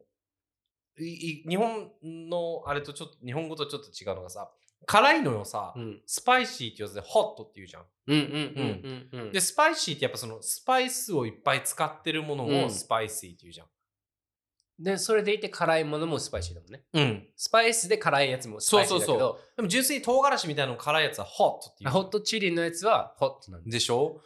B: ーいい日本のあれとちょっと日本語とちょっと違うのがさ辛いのよさ、
A: うん
B: スパイシーって言わずでホットって言うじゃん。
A: うんうんうんうん。
B: でスパイシーってやっぱそのスパイスをいっぱい使ってるもの
A: う
B: を
A: ん
B: スパイシーって言うじゃん。
A: で、それでいて辛いものもスパイシーだもんね。
B: うん。
A: スパイスで辛いやつもスパイシーだけど、
B: そうそうでも純粋に唐辛子みたいなの辛いやつはホットって言う。
A: ホットチリのやつはホットなんで。
B: でしょ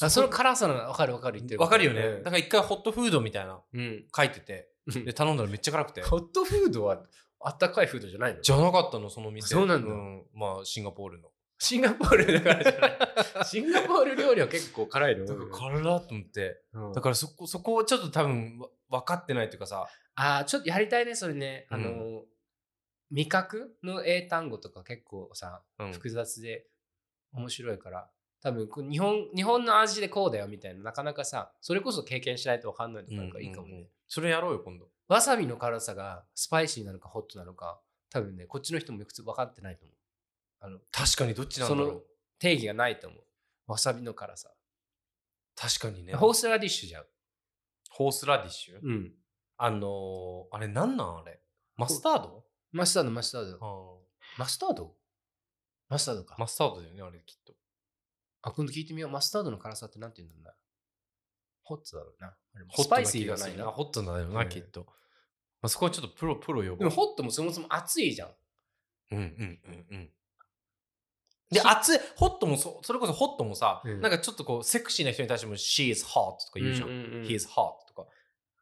A: あその辛さなの分かる分かる言ってる
B: わかるよね。
A: うん
B: だから一回ホットフードみたいな
A: うん。
B: 書いてて、で頼んだらめっちゃ辛
A: [LAUGHS]
B: くて。
A: ホットフードはあったかいフードじゃないの
B: じゃなかったのその店
A: そうなんだ
B: まあシンガポールの
A: シンガポールだからじゃない。シンガポール料理は結構辛いの
B: だから辛っと思って
A: うん
B: だからそこそこをちょっと多分わ分かってないというかさ
A: ああ、ちょっとやりたいね、それね。あのー、
B: う
A: 味覚の英単語とか結構さ、
B: うん
A: 複雑で面白いから、多分こう日本、日本の味でこうだよみたいな、なかなかさ、それこそ経験しないと分かんないとかなんかいいかもね。
B: うんうんうんそれやろうよ今度
A: わさびの辛さがスパイシーなのかホットなのか、多分ね、こっちの人もよく分かってないと思う。あの、
B: 確かにどっちなんだろ
A: その
B: う
A: 定義がないと思う。わさびの辛さ。
B: 確かにね
A: ホースラディッシュじゃん。
B: ホースラディッシュ
A: うん。
B: あのーあれなんなんあれマスタード
A: マスタード、マスタード。
B: あ
A: マスタードマスタードか
B: ー。マスタードだよねあれきっと
A: あ、今度聞いてみよう。マスタードの辛さってなんて言うんだろうな。ホットだろうな。あれも
B: ホッ
A: ス
B: ト
A: パ
B: な
A: イシ
B: 気
A: ー
B: が
A: が
B: す
A: ない
B: るな
A: な。
B: ホットなんだよ
A: う
B: なんきっとまあそこはちょっとプロプロ呼
A: で
B: ぼ
A: も
B: う
A: ホットもそもそも熱いじゃん。
B: うんうんうんうん。で、熱い、ホットもそ、それこそホットもさ、
A: うん
B: なんかちょっとこう、セクシーな人に対しても、she is hot とか言うじゃん。
A: うんうんうん
B: he is hot とか。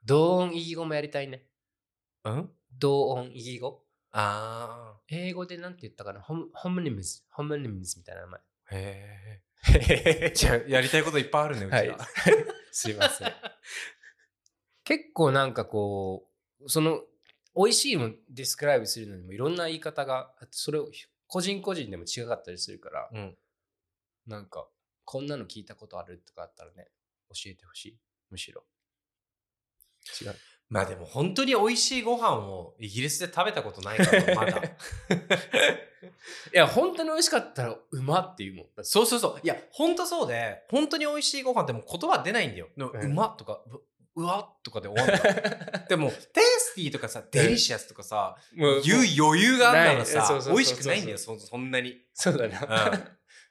A: 同音異義語もやりたいね。
B: うん
A: 同音異義語。
B: あ
A: 英語でなんて言ったかなホムホムニムズ。ホムニムズみたいな名前。
B: ー。へえ。じゃあやりたいこといっぱいあるね、うちら。
A: [LAUGHS] はいすいません。 [LAUGHS] 結構なんかこう、その、美味しいもディスクライブするのにもいろんな言い方があって、それを個人個人でも違かったりするから、
B: うん。
A: なんか、こんなの聞いたことあるとかあったらね、教えてほしい。むしろ。違う。
B: まあでも本当に美味しいご飯をイギリスで食べたことないから、
A: [LAUGHS]
B: まだ。
A: いや、本当に美味しかったら、うまっていうもん。だって
B: そうそうそう。いや、本当そうで、本当に美味しいご飯ってもう言葉出ないんだよ。でも
A: うん
B: うまっとか、ううわっとかで終わる。
A: [LAUGHS]
B: でも、テイスティーとかさ、デリシャスとかさ、言
A: 言う
B: う余裕があんなら
A: ない
B: さ
A: そうそうそうそう
B: 美味しくないんだよそそんなに、
A: そうだな。
B: うん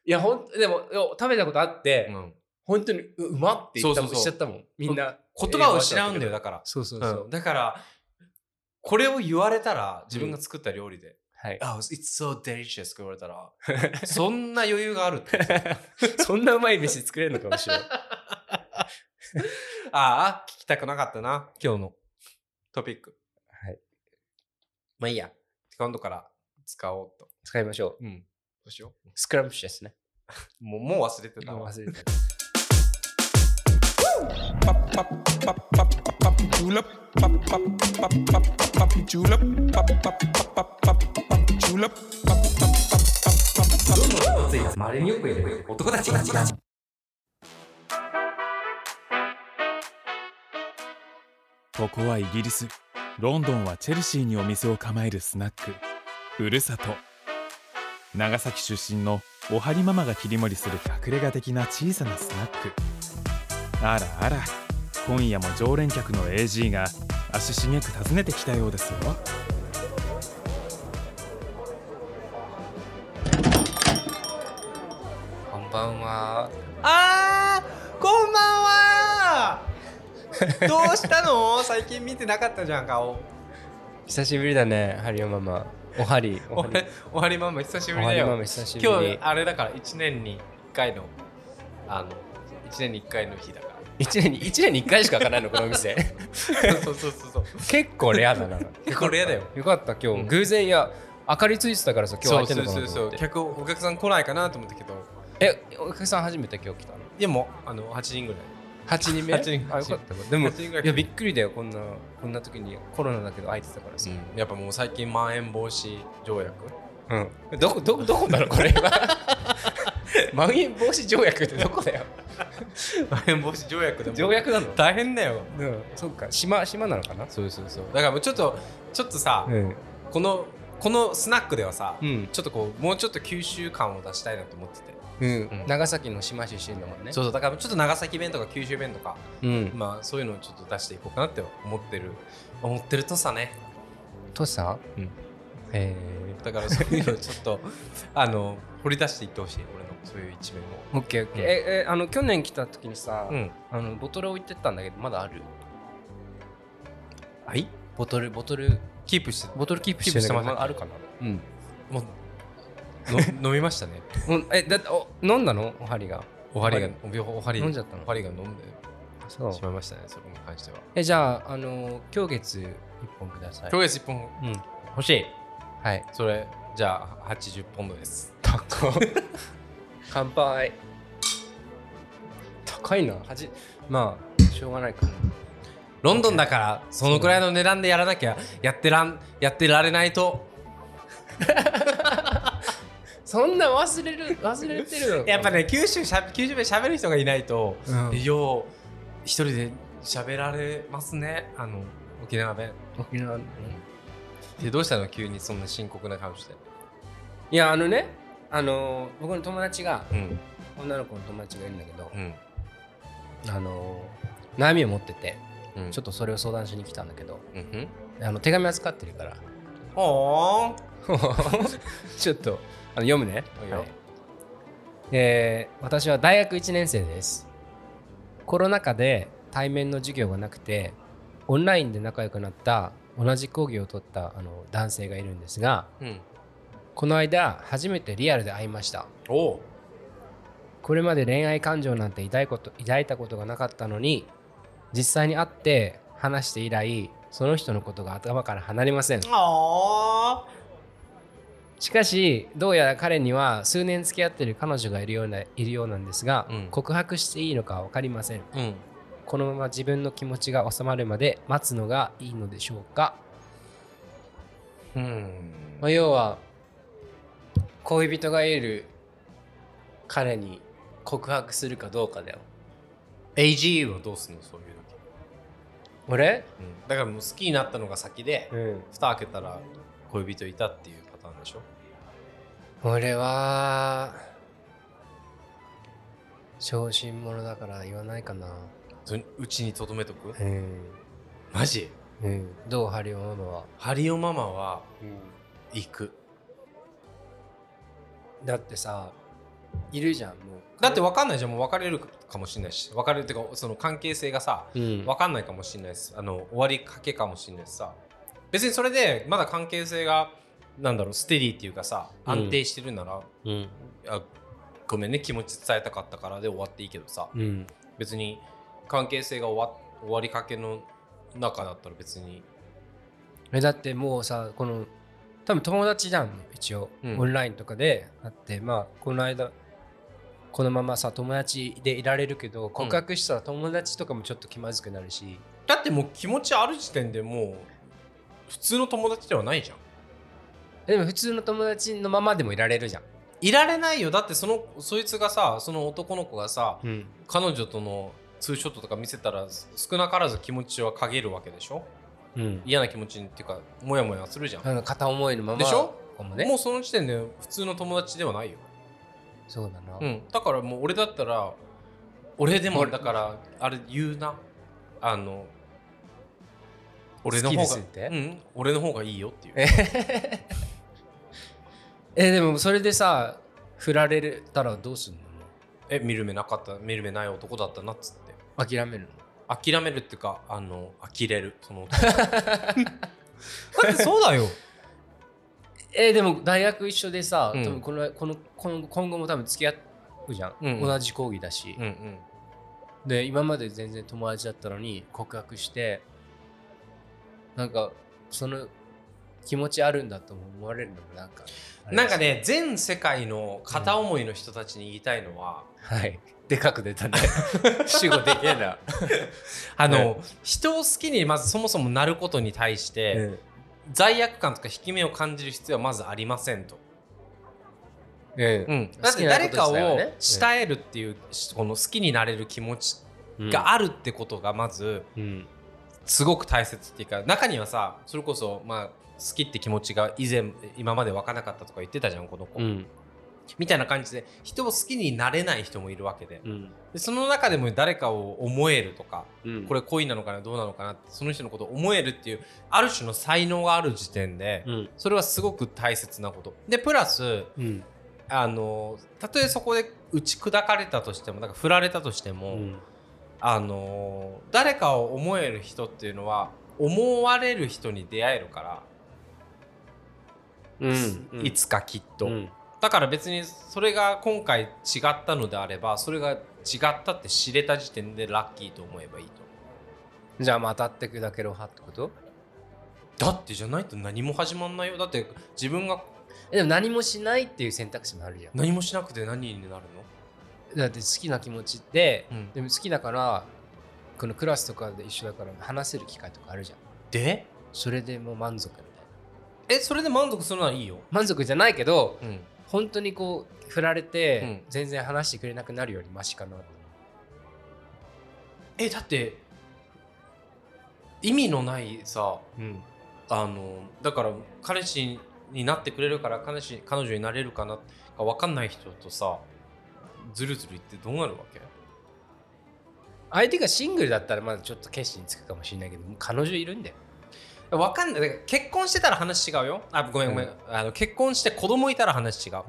A: いや、ほんでも、いや食べたことあって、
B: うん
A: 本当にううまって言ったもん
B: そうそうそ
A: しちゃ
B: う
A: ったもん。みんな。
B: 言葉を失うんだよ
A: だ
B: だから
A: そうそうそう。
B: うんだからこれを言われたら自分が作った料理で
A: はい
B: 「。あ、It's so delicious」と言われたらそんな余裕があるって
A: [LAUGHS] そんなうまい飯作れるのかもし
B: [LAUGHS]
A: れない。
B: ああ聞きたくなかったな今日のトピック
A: はい
B: まあいいや今度から使おうと
A: 使いましょう。
B: うんどうしよう
A: スクラムシュですね。
B: もうもう忘れてた
A: もう
B: わ
A: 忘れてた。
B: まれによくいる男たち
F: ここはイギリスロンドンはチェルシーにお店を構えるスナックふるさと長崎出身のおはりママが切り盛りする隠れ家的な小さなスナックあらあら今夜も常連客の AG が足しげく訪ねてきたようですよ
B: こんばんは。あー、こんばんは。どうしたの？ [LAUGHS] 最近見てなかったじゃん顔。
A: 久しぶりだね、ハリオママ。おはり、お
B: お
A: は
B: は
A: り。
B: おはりママ久しぶりだ
A: おはりマ
B: よ
A: マ。久しぶり
B: 今日あれだから一年に一回のあの一年に一回の日だから。 [LAUGHS]
A: 1年に1年に1回しか開かないのこの店
B: そうそうそうそう。
A: [LAUGHS] 結構レアだな
B: 結構レアだよ。
A: よかった今日、
B: うん
A: 偶然いや明かりついてたからさ今
B: そ
A: 日開
B: う
A: いて
B: そ
A: る
B: う
A: のか
B: そ
A: なと思っ
B: うそう。
A: て
B: 客お客さん来ないかなと思ったけど。
A: えお客さん初めて今日来たの
B: いやもうあの八人ぐらい。
A: 8人目
B: 八人
A: あよかったでも
B: 八人ぐらい
A: いやびっくりだよこんなこんな時にコロナだけど空いてたからさ、
B: うんやっぱもう最近まん延防止条約。
A: うん、どこどこどこなのこれは [LAUGHS] まん延防止条約ってどこだよ
B: [LAUGHS] まん延防止条約でも
A: 条約なの
B: 大変だよ。
A: うんそっか島島なのかな
B: そうそうそう。だからもうちょっとちょっとさ、
A: ん、
B: このこのスナックではさ、
A: うん
B: ちょっとこうもうちょっと九州感を出したいなと思ってて。
A: うん、長崎の島出身だもんね
B: そうそうだからちょっと長崎弁とか九州弁とか、
A: うん
B: まあそういうのをちょっと出していこうかなって思ってる思ってるとさね。
A: とさ
B: うん
A: え
B: だからそういうのをちょっ
A: [LAUGHS]
B: とあの掘り出していってほしい俺のそういう一面を。
A: ー、オッケーオッケー、
B: うん
A: ええあの去年来た時にさ、
B: うん。
A: あのボトル置いてったんだけどまだあるはいボトルボトル
B: キープして
A: ボトルキープして
B: キープしてます
A: まだあるかなうん
B: も
A: [LAUGHS]
B: うの飲みましたね。
A: うんえだってお飲んだのおはりが
B: おはりがおはり
A: 飲んじゃったの
B: おはりが飲んで
A: そう
B: しまいましたねそれに関しては。
A: えじゃああの今日月1本ください
B: 今日一本
A: うん欲しいはい
B: それじゃあ80ポンドです。
A: 高乾杯高いなはじまあしょうがないか
B: [LAUGHS] ロンドンだからそのくらいの値段でやらなきゃやってらんやってられないと
A: そんな忘れる忘れてるの
B: やっぱね九州しゃ九州弁しゃべる人がいないと、
A: うん
B: よう一人で喋られますねあの沖縄弁
A: 沖縄の
B: でどうしたの急にそんな深刻な顔して
A: いやあのねあの僕の友達が
B: うん
A: 女の子の友達がいるんだけど
B: うん
A: あの悩みを持ってて
B: うん
A: ちょっとそれを相談しに来たんだけど
B: うんうん
A: あの手紙扱ってるから [LAUGHS]
B: おー
A: ちょっとあの読むね
B: いいよ
A: えー私は大学1年生ですコロナ禍で対面の授業がなくてオンラインで仲良くなった同じ講義を取ったあの男性がいるんですが
B: うん
A: この間初めてリアルで会いました
B: おう
A: これまで恋愛感情なんて抱いこと抱いたことがなかったのに実際に会って話して以来その人のことが頭から離れません
B: あ
A: しかしどうやら彼には数年付き合ってる彼女がいるようないるようなんですが、
B: うん
A: 告白していいのか分かりません
B: ーうん
A: このまま自分の気持ちが収まるまで待つのがいいのでしょうか、
B: うん
A: まあ、要は恋人がいる彼に告白するかどうかだよ
B: AG はどうすんのそういう時、
A: 俺
B: うん、だからもう好きになったのが先で、
A: ん
B: 蓋開けたら恋人いたっていうパターンでしょ
A: 俺は小心者だから言わないかな
B: それうちにとどめとく
A: うん、
B: マジ
A: うん、どうハリオママは、
B: ハリオママは行く
A: だってさいるじゃんもう
B: だって分かんないじゃんもう別れるかもしれないし別れるっていうかその関係性がさ
A: うん
B: 分かんないかもしれないですあの終わりかけかもしれないしさ別にそれでまだ関係性がなんだろうステディっていうかさ
A: うん
B: 安定してるなら、
A: うん
B: あごめんね気持ち伝えたかったからで終わっていいけどさ
A: うん
B: 別に関係性が終わ終わりかけの中だったら別に
A: えだってもうさこの多分友達じゃん一応、
B: うん
A: オンラインとかでだってまあこの間このままさ友達でいられるけど告白したら友達とかもちょっと気まずくなるし、
B: だってもう気持ちある時点でもう普通の友達ではないじゃん
A: でも普通の友達のままでもいられるじゃん、
B: いられないよだってそのそいつがさその男の子がさ
A: うん、
B: 彼女とのツーショットとか見せたらす少なからず気持ちは陰るわけでしょ
A: うん、
B: 嫌な気持ちにっていうかモヤモヤするじゃん、
A: あの片思いのまま
B: でしょ
A: かもね
B: もうその時点で普通の友達ではないよ
A: そうだな、
B: うん、だからもう俺だったら俺でもだからあれ言うなあの俺の方
A: 好
B: が
A: きですって
B: うん、俺の方がいいよっていう
A: ええでもそれでさ振られたらどうすんの
B: え見る目なかった見る目ない男だったなっつって
A: 諦めるの
B: 諦めるっていうかあの呆れるそ
A: [LAUGHS]
B: の男だってそうだよ
A: えーでも大学一緒でさ、
B: うん
A: 多分このこのこの今後も多分付き合うじゃん、
B: うん
A: 同じ講義だし
B: う、んうん
A: で今まで全然友達だったのに告白してなんかその気持ちあるんだとも思われるのもなんかあれ
B: なんかね全世界の片思いの人たちに言いたいのは、
A: はいでかく出たね [LAUGHS] 主語でけえ
B: [LAUGHS]
A: な、
B: あの、人を好きにまずそもそもなることに対して、罪悪感とか引き目を感じる必要はまずありませんと。
A: うん
B: うん、だって誰かを慕えるっていう、この好きになれる気持ちがあるってことがまず
A: うん
B: すごく大切っていうか中にはさそれこそまあ好きって気持ちが以前今まで湧かなかったとか言ってたじゃんこの子、
A: うん
B: みたいな感じで人を好きになれない人もいるわけで
A: うん
B: でその中でも誰かを思えるとか
A: うん
B: これ恋なのかなどうなのかなってその人のことを思えるっていうある種の才能がある時点で
A: うん
B: それはすごく大切なことでプラス
A: うん
B: あのたとえそこで打ち砕かれたとしてもなんか振られたとして
A: う
B: も、
A: ん
B: あの誰かを思える人っていうのは思われる人に出会えるから、
A: うん
B: いつかきっと、
A: うん
B: だから別にそれが今回違ったのであればそれが違ったって知れた時点でラッキーと思えばいいと
A: じゃあまたって砕けろ派ってこと
B: だってじゃないと何も始まんないよだって自分が
A: えでも何もしないっていう選択肢もあるじゃん
B: 何もしなくて何になる
A: だって好きな気持ちって、
B: うん
A: でも好きだからこのクラスとかで一緒だから話せる機会とかあるじゃん
B: ので
A: それでもう満足みたいな
B: えそれで満足するならいいよ、
A: 満足じゃないけど
B: うん、
A: 本当にこう振られ
B: う
A: て
B: ん
A: 全然話してくれなくなるよりマシかなって
B: えだって意味のないさ
A: うん
B: あのだから彼氏になってくれるから彼氏彼女になれるかなか分かんない人とさずるずる言ってどうなるわけ
A: 相手がシングルだったらまだちょっと決心つくかもしれないけどもう彼女いるんだよ
B: 分かんないだから結婚してたら話違うよあごめんごめん、
A: うん
B: あの結婚して子供いたら話
A: [LAUGHS]
B: 違う
A: こ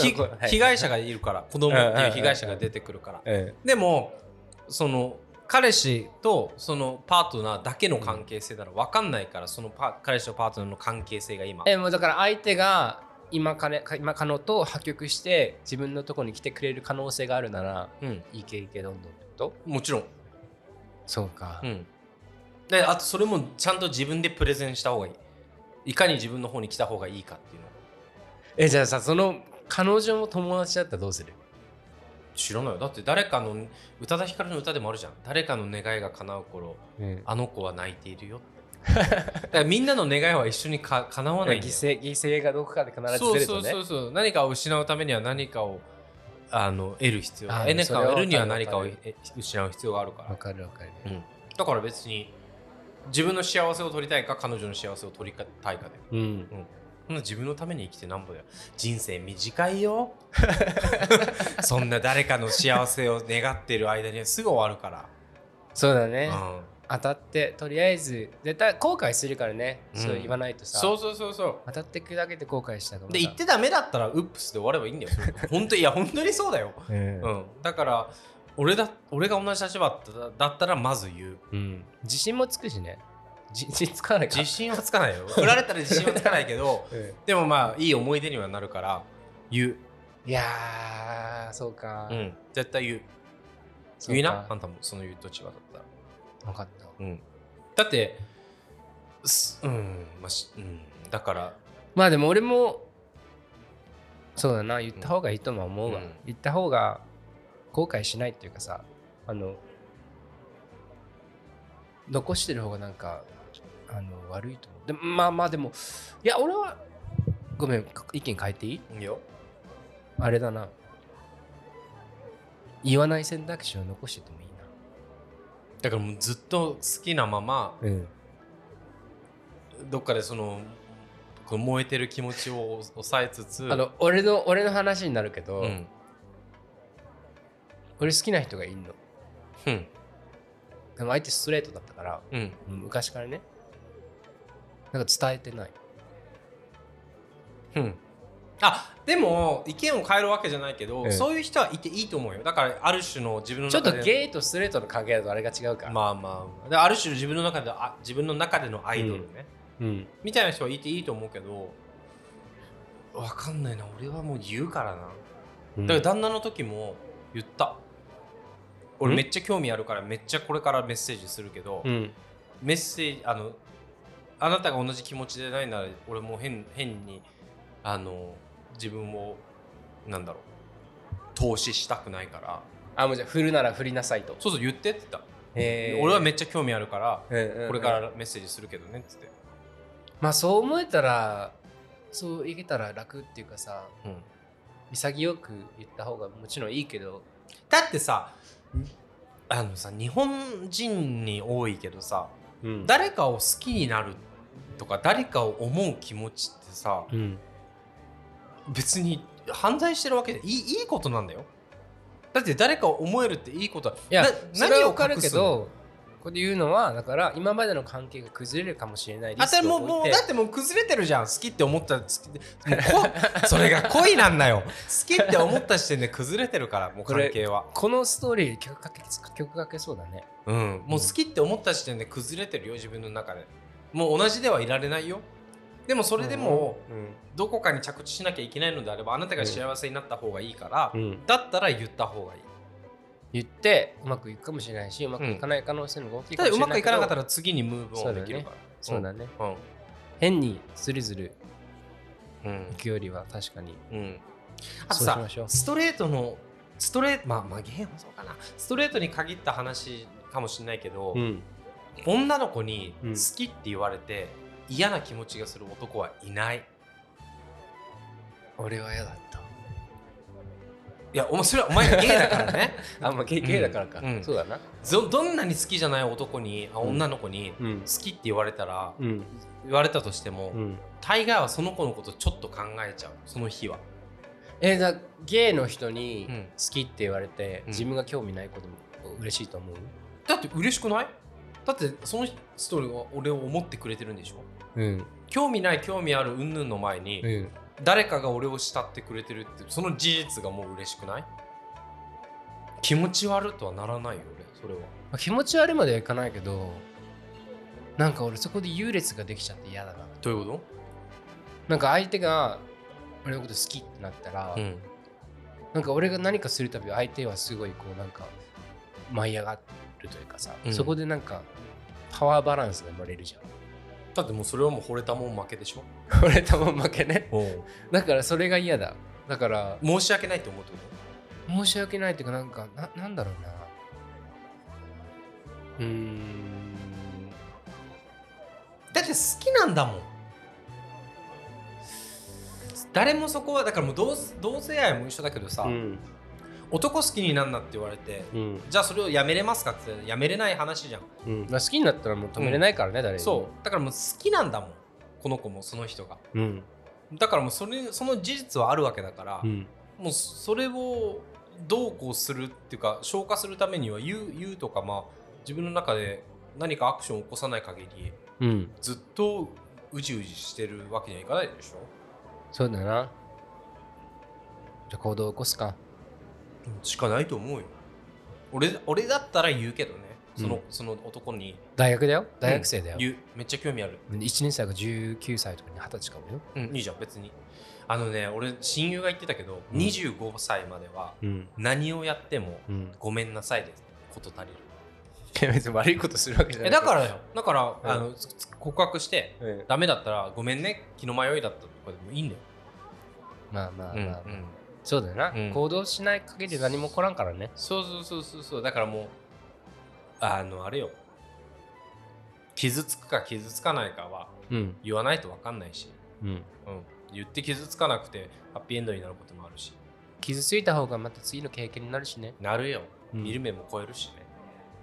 B: 被
A: こはい
B: 被害者がいるから子供っていう被害者が出てくるからでもその彼氏とそのパートナーだけの関係性なら分かんないからそのパ彼氏とパートナーの関係性が今
A: えもうだから相手が今彼か今彼女と破局して自分のとこに来てくれる可能性があるなら
B: うん
A: いけいけどんどんと
B: もちろん
A: そうか
B: うん、であとそれもちゃんと自分でプレゼンした方がいいいかに自分の方に来た方がいいかっていうの
A: えじゃあさその彼女も友達だったらどうする
B: 知らないよだって誰かの宇多田ヒカルの歌でもあるじゃん誰かの願いが叶う頃
A: うん
B: あの子は泣いているよだからみんなの願いは一緒にか叶わな
A: 犠
B: いんだ
A: 牲
B: よ
A: 犠牲がどこかで必ず
B: そう
A: 出る
B: そ
A: と
B: う
A: ね
B: そうそう何かを失うためには何かをあの得る必要
A: あー
B: 何
A: それは
B: かを
A: わかる
B: 得るには何かを
A: わか
B: え失う必要があるから
A: わかるわかる
B: うん、だから別に自分の幸せを取りたいか彼女の幸せを取りたいかで
A: うん
B: そんな自分のために生きてなんぼだよ人生短い [LAUGHS] よそんな誰かの幸せを願ってる間にはすぐ終わるから、
A: そうだね
B: うん、
A: 当たってとりあえず絶対後悔するからね
B: うん
A: そう言わないとさ
B: そうそうそうそ
A: 当たってくだけで後悔したか
B: う
A: ら
B: で言ってダメだったらウップスで終わればいいんだよそれ本当いや本当にそうだよ、
A: うん
B: うん、だから俺だ俺が同じ立場だっただったらまず言う
A: うん自信もつくしねじ [LAUGHS] 自信つかないか
B: 自信はつか
A: [LAUGHS]
B: ないよ振られたら自信はつかないけど
A: うん
B: でもまあいい思い出にはなるから言う、
A: いやーそうか
B: うん、絶対言う
A: そう
B: 言いな
A: か
B: あんたもその言うと違うだったら
A: わかった
B: うん、だってすうんまあし、うん、だから
A: まあでも俺もそうだな言った方がいいとも思うわ、
B: うん
A: 言った方が後悔しないっていうかさあの残してる方がなんかあの悪いと思うでもまあまあでもいや俺はごめん意見変えていい
B: いいよ
A: あれだな言わない選択肢を残しててもいい
B: だからもうずっと好きなまま
A: なうん
B: どっかでそのこの燃えてる気持ちを抑えつつ
A: あの俺の俺の話になるけど、
B: うん
A: 俺好きな人がいるの
B: うん
A: でも相手ストレートだったから
B: うん
A: 昔からねなんか伝えてない
B: うんあでも意見を変えるわけじゃないけど、
A: ええ
B: そういう人はいていいと思うよだからある種の自分の
A: ちょっ
B: 中
A: と
B: で
A: ゲイとストレートの関係だとあれが違うから、
B: まあまあである種自分の中であ自分の中でのアイドルね、
A: うん、
B: みたいな人はいていいと思うけどわかんないな俺はもう言うからなだから旦那の時も言った俺
A: ん
B: めっちゃ興味あるからめっちゃこれからメッセージするけど、
A: うん
B: メッセージあのあなたが同じ気持ちでないなら俺もう変変にあの自分をなんだろう投資したくないから
A: あもうじゃあ振るなら振りなさいと
B: そうそう言ってって言った、
A: へー
B: 俺はめっちゃ興味あるから
A: うんうんうん
B: これからメッセージするけどねっつって、
A: まあそう思えたらそういけたら楽っていうかさ
B: うん
A: 潔く言った方がもちろんいいけど
B: だってさあのさ日本人に多いけどさ
A: うん
B: 誰かを好きになるとか誰かを思う気持ちってさ
A: うん
B: 別に犯罪してるわけでいいいいことなんだよだって誰かを思えるっていいことはい
A: や
B: な
A: それはわかる
B: 隠
A: け
B: す
A: どここで言うのはだから今までの関係が崩れるかもしれないリ
B: あ
A: ス
B: た
A: ク
B: も
A: を
B: うも
A: 置
B: う
A: い
B: だ
A: て
B: ってもう崩れてるじゃん好きって思ったら好きってもう [LAUGHS] こそれが恋なんだよ好きって思った時点で崩れてるからもう関係は
A: このストーリー曲かけ曲かけそうだね
B: [LAUGHS] うん、もう好きって思った時点で崩れてるよ自分の中でもう同じではいられないよでもそれでもどこかに着地しなきゃいけないのであればあなたが幸せになった方がいいから、だったら言った方がいい
A: 言ってうまくいくかもしれないしうまくいかない可能性の方が大きい
B: た
A: かもし
B: だ
A: れ
B: う
A: な
B: ま
A: い
B: くいかなかった
A: ら
B: ら次にムーブオンできるから
A: そうだね
B: うん
A: 変にズルズル
B: うん
A: 行くよりは確かに
B: うんあと
A: そうし
B: さ
A: ましょう
B: ストレートのストレートまあまあゲームもそうかなストレートに限った話かもしれないけど、
A: ん
B: 女の子に
A: うん
B: 好きって言われて嫌な気持ちがする男はいない
A: 俺は嫌だった [LAUGHS]
B: いやお前それはお前がゲイだから
A: [LAUGHS]
B: ね
A: あまあゲイゲイだからか
B: うん
A: そうだな
B: どどんなに好きじゃない男にあ
A: ん
B: 女の子に
A: う
B: 好
A: ん
B: きって言われたら、
A: うん
B: 言われたとしても、
A: うん
B: 大概はその子のことちょっと考えちゃうその日は
A: えーだゲイの人
B: う
A: に
B: ん
A: 好きって言われて、
B: うん
A: 自分が興味ないことも嬉しいと思う
B: だって嬉しくないだってその人が俺を思ってくれてるんでしょ
A: うん
B: 興味ない興味ある云々の前に、
A: うん
B: 誰かが俺を慕ってくれてるってその事実がもう嬉しくない気持ち悪とはならないよ俺それは
A: まあ気持ち悪いまではいかないけどなんか俺そこで優劣ができちゃって嫌だな
B: どういうこ
A: なんか相手が俺のこと好きってなったら、
B: とうん
A: なんか俺が何かするたび相手はすごいこうなんか舞い上がるというかさ、
B: うん
A: そこでなんかパワーバランスが生まれるじゃ
B: だってもうそれはもう惚れたもん負けでしょ
A: ん [LAUGHS] 俺とも負けね [LAUGHS] だからそれが嫌だだから
B: 申し訳ないと思うってこ
A: 申し訳ないっていうかなんかななんだろうなうーん
B: とだって好きなんだもん誰もそこはだからもう同同性愛も一緒だけどさ、
A: うん
B: 男好きになんなって言われて
A: うん
B: じゃあそれをやめれますかって言ったらやめれない話じゃん
A: うんまあ好きになったらもう止めれないからね、誰にも
B: そうだからもう好きなんだもんこの子もその人が
A: うん
B: だからもうそれその事実はあるわけだから、
A: うん
B: もうそれをどうこうするっていうか消化するためには言う言うとかまあ自分の中で何かアクションを起こさない限り
A: うん
B: ずっとうじうじしてるわけにはいかないでしょ
A: そうだなじゃあ行動を起こすか
B: しかないと思うよ俺俺だったら言うけどねその,、
A: うん
B: その男に
A: 大学だよ大学生だよ、
B: 言うめっちゃ興味ある、
A: 1年生が19歳とかに20歳かもよ、
B: うん、いいじゃん別にあのね俺親友が言ってたけど、
A: うん
B: 25歳までは
A: うん
B: 何をやっても
A: うん、
B: ごめんなさいですこと足り
A: い
B: る
A: や別に悪いことするわけじゃな
B: え
A: い
B: だからよだから、
A: うん
B: あの告白して
A: ら、うん
B: ダメだったらごめんね気の迷いだったとかでもいいんだよ、
A: まあまあまあ、
B: うん
A: そうだよな、
B: うん
A: 行動しない限り何も起こらんからね
B: そうそうそうそうそうだからもうあのあれよ傷つくか傷つかないかは
A: うん
B: 言わないと分かんないし、
A: うん
B: うん、言って傷つかなくてハッピーエンドになることもあるし
A: 傷ついた方がまた次の経験になるしね
B: なるよ
A: うん
B: 見る目も超えるしね、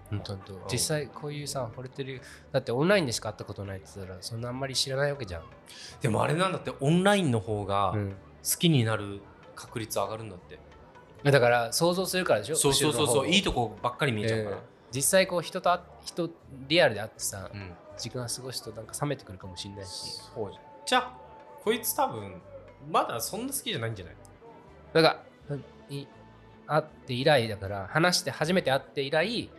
A: 本当本当実際こういうさ惚れてるだってオンラインでしか会ったことないって言ったらそんなあんまり知らないわけじゃん、
B: でもあれなんだってオンラインの方が
A: うん
B: 好きになる確率上がるんだって、
A: だから想像するからでしょ
B: そうそうそうそういい
A: と
B: とこばっかり見えちゃうから、
A: 実際こう人と会っ人リアルで会ってさ、
B: うん
A: 時間過ごすとなんか冷めてくるかもしれないし
B: そうじゃあこいつ多分まだそんな好きじゃないんじゃない
A: だからい会って以来だから話して初めて会って以来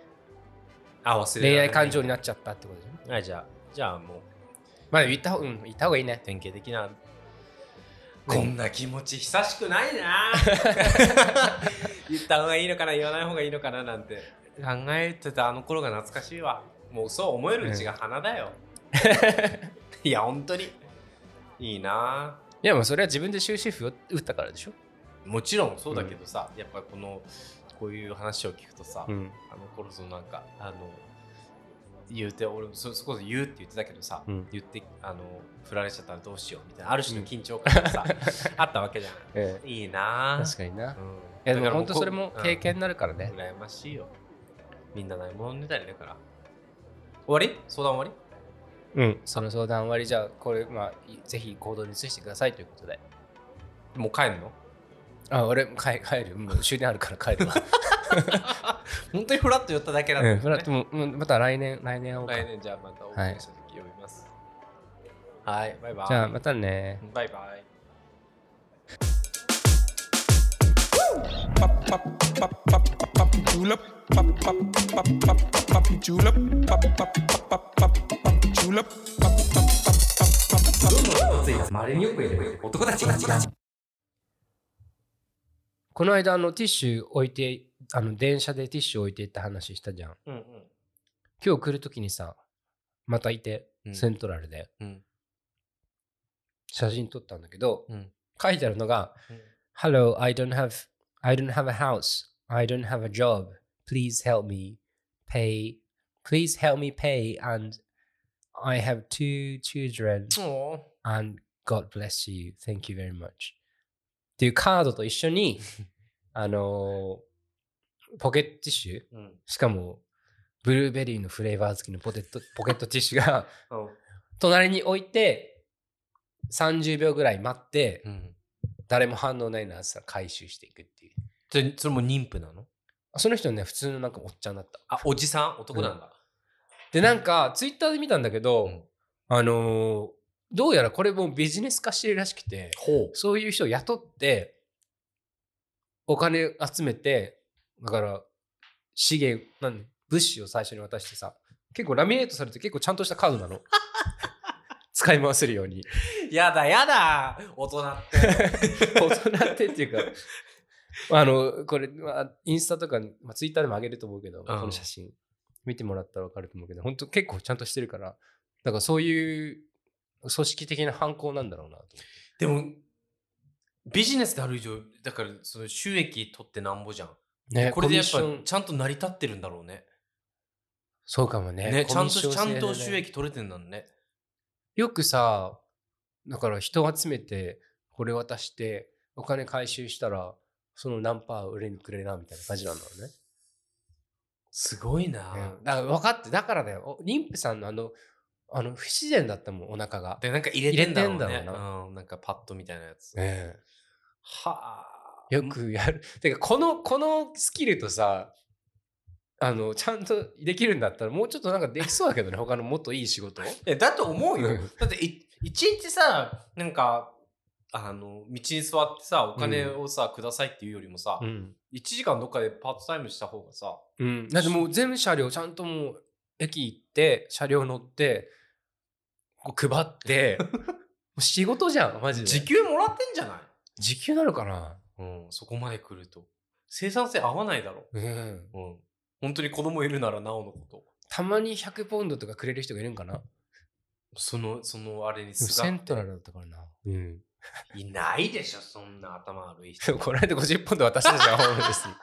B: あ忘れら
A: 恋
B: れない
A: 愛感情になっちゃったってことじゃん
B: はいじゃあじゃあもう
A: まあ言った方,、うん、言った方がいいね
B: 典型的な、こんな気持ち久しくない
A: [LAUGHS]
B: な言った方がいいのかな言わない方がいいのかななんて考えてたあの頃が懐かしいわもうそう思えるうちが花
A: [LAUGHS]
B: だよ、いや本当にいいない
A: やもうそれは自分で終止符を打ったからでしょ、
B: もちろんそうだけどさ、やっぱこのこういう話を聞くとさ、
A: ん
B: あの頃そのなんかあの言うて俺もそそこそ言うって言ってたけどさ、
A: うん
B: 言ってあの振られちゃったらどうしようみたいなある種の緊張感
A: [LAUGHS]
B: がさ、あったわけじゃん
A: え
B: いいな
A: え
B: あ
A: 確かにな、
B: うん、い
A: いやでも本当それも経験になるから
B: ね
A: ね、
B: 羨ましいよみんなないものねだりだから終わり相談終わ
A: うん、その相談終わりじゃあこれ、まあ、いぜひ行動に移してくださいということで
B: りもう帰んの
A: あ俺帰帰るもう終電あるから帰るわ、
B: 本当にフラッと言っただけなんだ
A: [LAUGHS] う
B: よ
A: ん、
B: ね、
A: フラットもうんまた来年来年会おうか
B: 来年じゃあまたお会いした時呼びますはい、バイバイ
A: じゃあまたね
B: バイバイ
A: この間あのティッシュ置いてあの電車でティッシュ置いてった話したじゃん
B: うんうん
A: 今日来る時にさまたいて
B: うん
A: セントラルで
B: うん
A: 写真撮ったんだけど、
B: うん
A: 書いてあるのが
B: うん
A: Hello, I don't have I don't have a house. I don't have a job. Please help me pay. Please help me pay and I have two children
B: おー
A: and God bless you. Thank you very much. っていうカードと一緒
B: [LAUGHS]
A: にあのーポケットティッシュ
B: うん
A: しかもブルーベリーのフレーバー付きのポテトポケットティッシュが [LAUGHS]
B: う
A: 隣に置いて30秒ぐらい待って
B: ん。
A: 誰も反応ないならさ回収していくっていう
B: で、それも妊婦なの
A: あその人ね普通のなんかおっちゃんだった
B: あ、おじさん男なんだ。
A: でなんかツイッターで見たんだけど、
B: うん
A: あのーどうやらこれもビジネス化してるらしくて
B: ほ
A: そういう人を雇ってお金集めてだから資源なん物資を最初に渡してさ結構ラミネートされて結構ちゃんとしたカードな [LAUGHS] の使い回せるように
B: う。やだやだ大人って。
A: 大人ってっていうか [LAUGHS] あのこれ、まあ、インスタとか、まあ、ツイッターでも上げると思うけど、この写真見てもらったら分かると思うけど本当結構ちゃんとしてるからだからそういう組織的な犯行なんだろうなと
B: でも、ビジネスである以上、だからその収益取ってなんぼじゃん。
A: ね
B: これでやっ
A: コ
B: ぱ
A: ミッション
B: ちゃんと成り立ってるんだろうね。
A: そうかもね
B: ね、ちゃんと、
A: コミッション
B: ち
A: 制
B: ゃ
A: で
B: ん
A: ね
B: と収益取れてんだね。
A: よくさだから人集めてこれ渡してお金回収したらその何パー売れにくれなみたいな感じなんだろうね
B: すごいな、
A: うんだから分かってだからだよお妊婦さんのあのあの不自然だったもんお腹が、
B: で、なんか入れてんだろうね。
A: 入れてんだろう
B: うん、なんかパッドみたいなやつ。
A: え
B: はあ。
A: えよくやる [LAUGHS] てかこのこのスキルとさあのちゃんとできるんだったらもうちょっとなんかできそうだけどね他のもっといい仕事
B: いやだと思う
A: う
B: よ
A: ん。
B: [LAUGHS] だってい、一日さ、なんか、あの、道に座ってさ、お金をさ、くださいって言うよりもさ、
A: ん、
B: 1時間どっかでパートタイムした方がさ、
A: うん、だってもう全車両ちゃんともう駅行って車両乗ってこう配って [LAUGHS] もう仕事じゃんマジで
B: 時給もらってんじゃない
A: 時給なのかな
B: うん、そこまで来ると。生産性合わないだろ。
A: うん
B: うん。本当に子供いるならなおのこと。
A: たまに100ポンドとかくれる人がいるんかな
B: その、そのあれにすが
A: セ
B: っ
A: ントラ
B: て。
A: ルだったからなうん
B: いないでしょ、そんな頭悪
A: で
B: い人。
A: もこの間50ポンド渡したじ [LAUGHS] ゃん、ホームレスに。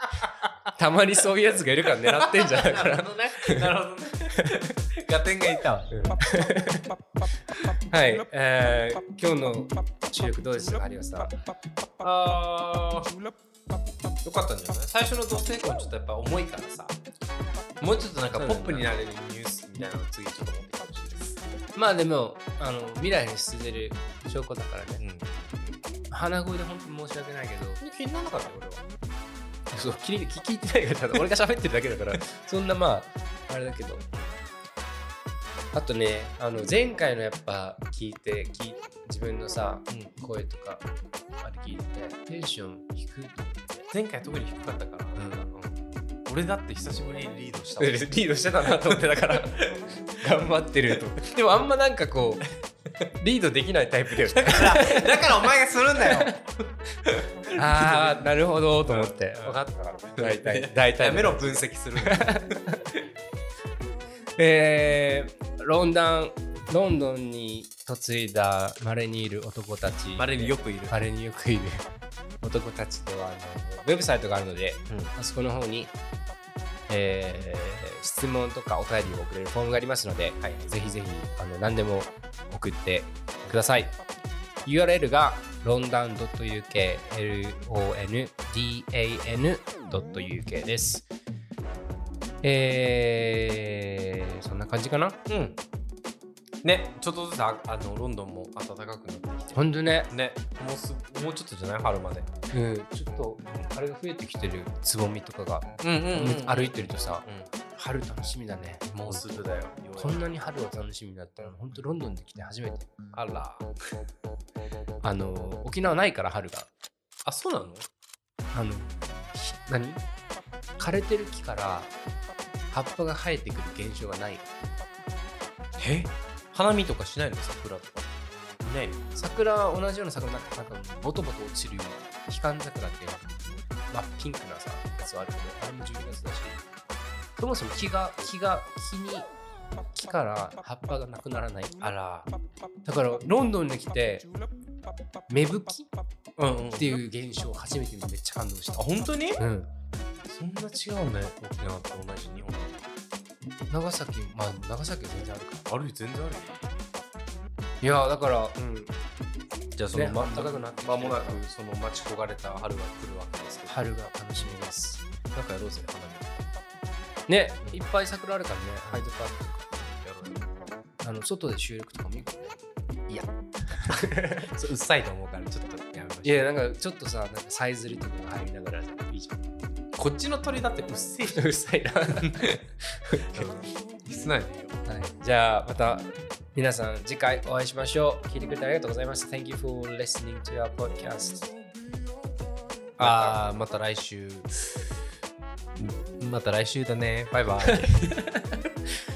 A: たまにそういうやつがいるから狙ってんじゃない
B: な
A: [LAUGHS] か
B: る
A: な
B: ほ。どね。なるほどね。ガテンがいたわ。
A: [LAUGHS] はい、えー、今日の収録どうでしたか、有吉さん。
B: あーよかったんじゃない最初の同性婚ちょっとやっぱ重いからさもうちょっとなんか
A: そう
B: ポ
A: だね
B: ップになれるニュースみたいなのを次ちょっと持ってきてほしいです。
A: まあでもあの未来に進んでる証拠だからね鼻声で本当に申し訳ないけど
B: うん。気にならなかった、これは。
A: そう聞い聞いてないから俺が喋ってるだけだ
B: [LAUGHS]
A: からそんなまああれだけどあとねあの前回のやっぱ聞いて聞い自分のさ声とかあれ聞いててテンション低いと
B: 前回特に低かったから、うん俺だって久しぶりにリードしたわ
A: 思ってリードしてたなと思ってだから
B: [LAUGHS]
A: 頑張ってると思ってでもあんまなんかこうリードできないタイプだよね
B: だからお前がするんだよ
A: [LAUGHS] ああなるほどと思って分かった大体大体
B: やめろ分析するんだよ
A: [LAUGHS] えーロンドンロンドンに嫁いだまれにいる男たち
B: まれによくいる
A: [LAUGHS] 稀によくいる男たちとはあのウェブサイトがあるので、あそこの方に、えー質問とかお便りを送れるフォームがありますので、ぜひぜひあの何でも送ってください URL が londan.uk londan.uk ですえー、そんな感じかな
B: うんねちょっとずつああのロンドンも暖かくなってき
A: ほんとね、
B: てねもうすもうちょっとじゃない春まで
A: うん、ちょっとあれが増えてきてるつぼみとかが
B: うんう
A: 歩いてるとさ春楽しみだね
B: もうすぐだよようやく
A: こんなに春を楽しみだったの本当ロンドンで来て初めて
B: あら
A: [LAUGHS] あの沖縄ないから春が
B: あそうなの
A: あのひ何枯れてる木から葉っぱが生えてくる現象がない
B: え花見とかしないの桜とかいないの
A: 桜は同じような桜なんかなんかボトボト落ちるようなヒカン桜っていう真っピンクなさやつはあるけどあれも12月だしそもそも木が木が木に木から葉っぱがなくならない
B: あら
A: だからロンドンに来て芽吹き
B: うんうん
A: っていう現象を初めて見てめっちゃ感動し
B: あ本当に
A: た、うん、
B: そんな違うんだよ沖縄と同じ日本
A: 長崎まあ長崎は全然あるか
B: あるよ全然あるよ
A: いやーだからうん
B: じゃあそ
A: ね
B: のま
A: 暖かくなってきて
B: 間もなくその待ち焦がれた春が来るわけですけど
A: 春が楽しみです
B: なんかやろうぜ花
A: ねいっぱい桜あるからねハイドパーク
B: 見やろ
A: とかあの外で収録とかもいいからね
B: うよそうっさいと思うからちょっとやめま
A: い
B: しょう
A: やなんかちょっとさなんかさえずりとかが入りながらいいじゃん
B: こっちの鳥だってうっせえじゃ
A: [LAUGHS]
B: んうっさいな室内でいいよ
A: はい、じゃあまた皆さん次回お会いしましょう聞いてくれてありがとうございました Thank you for listening to our podcast
B: あーまた来週また来週だねバイバイ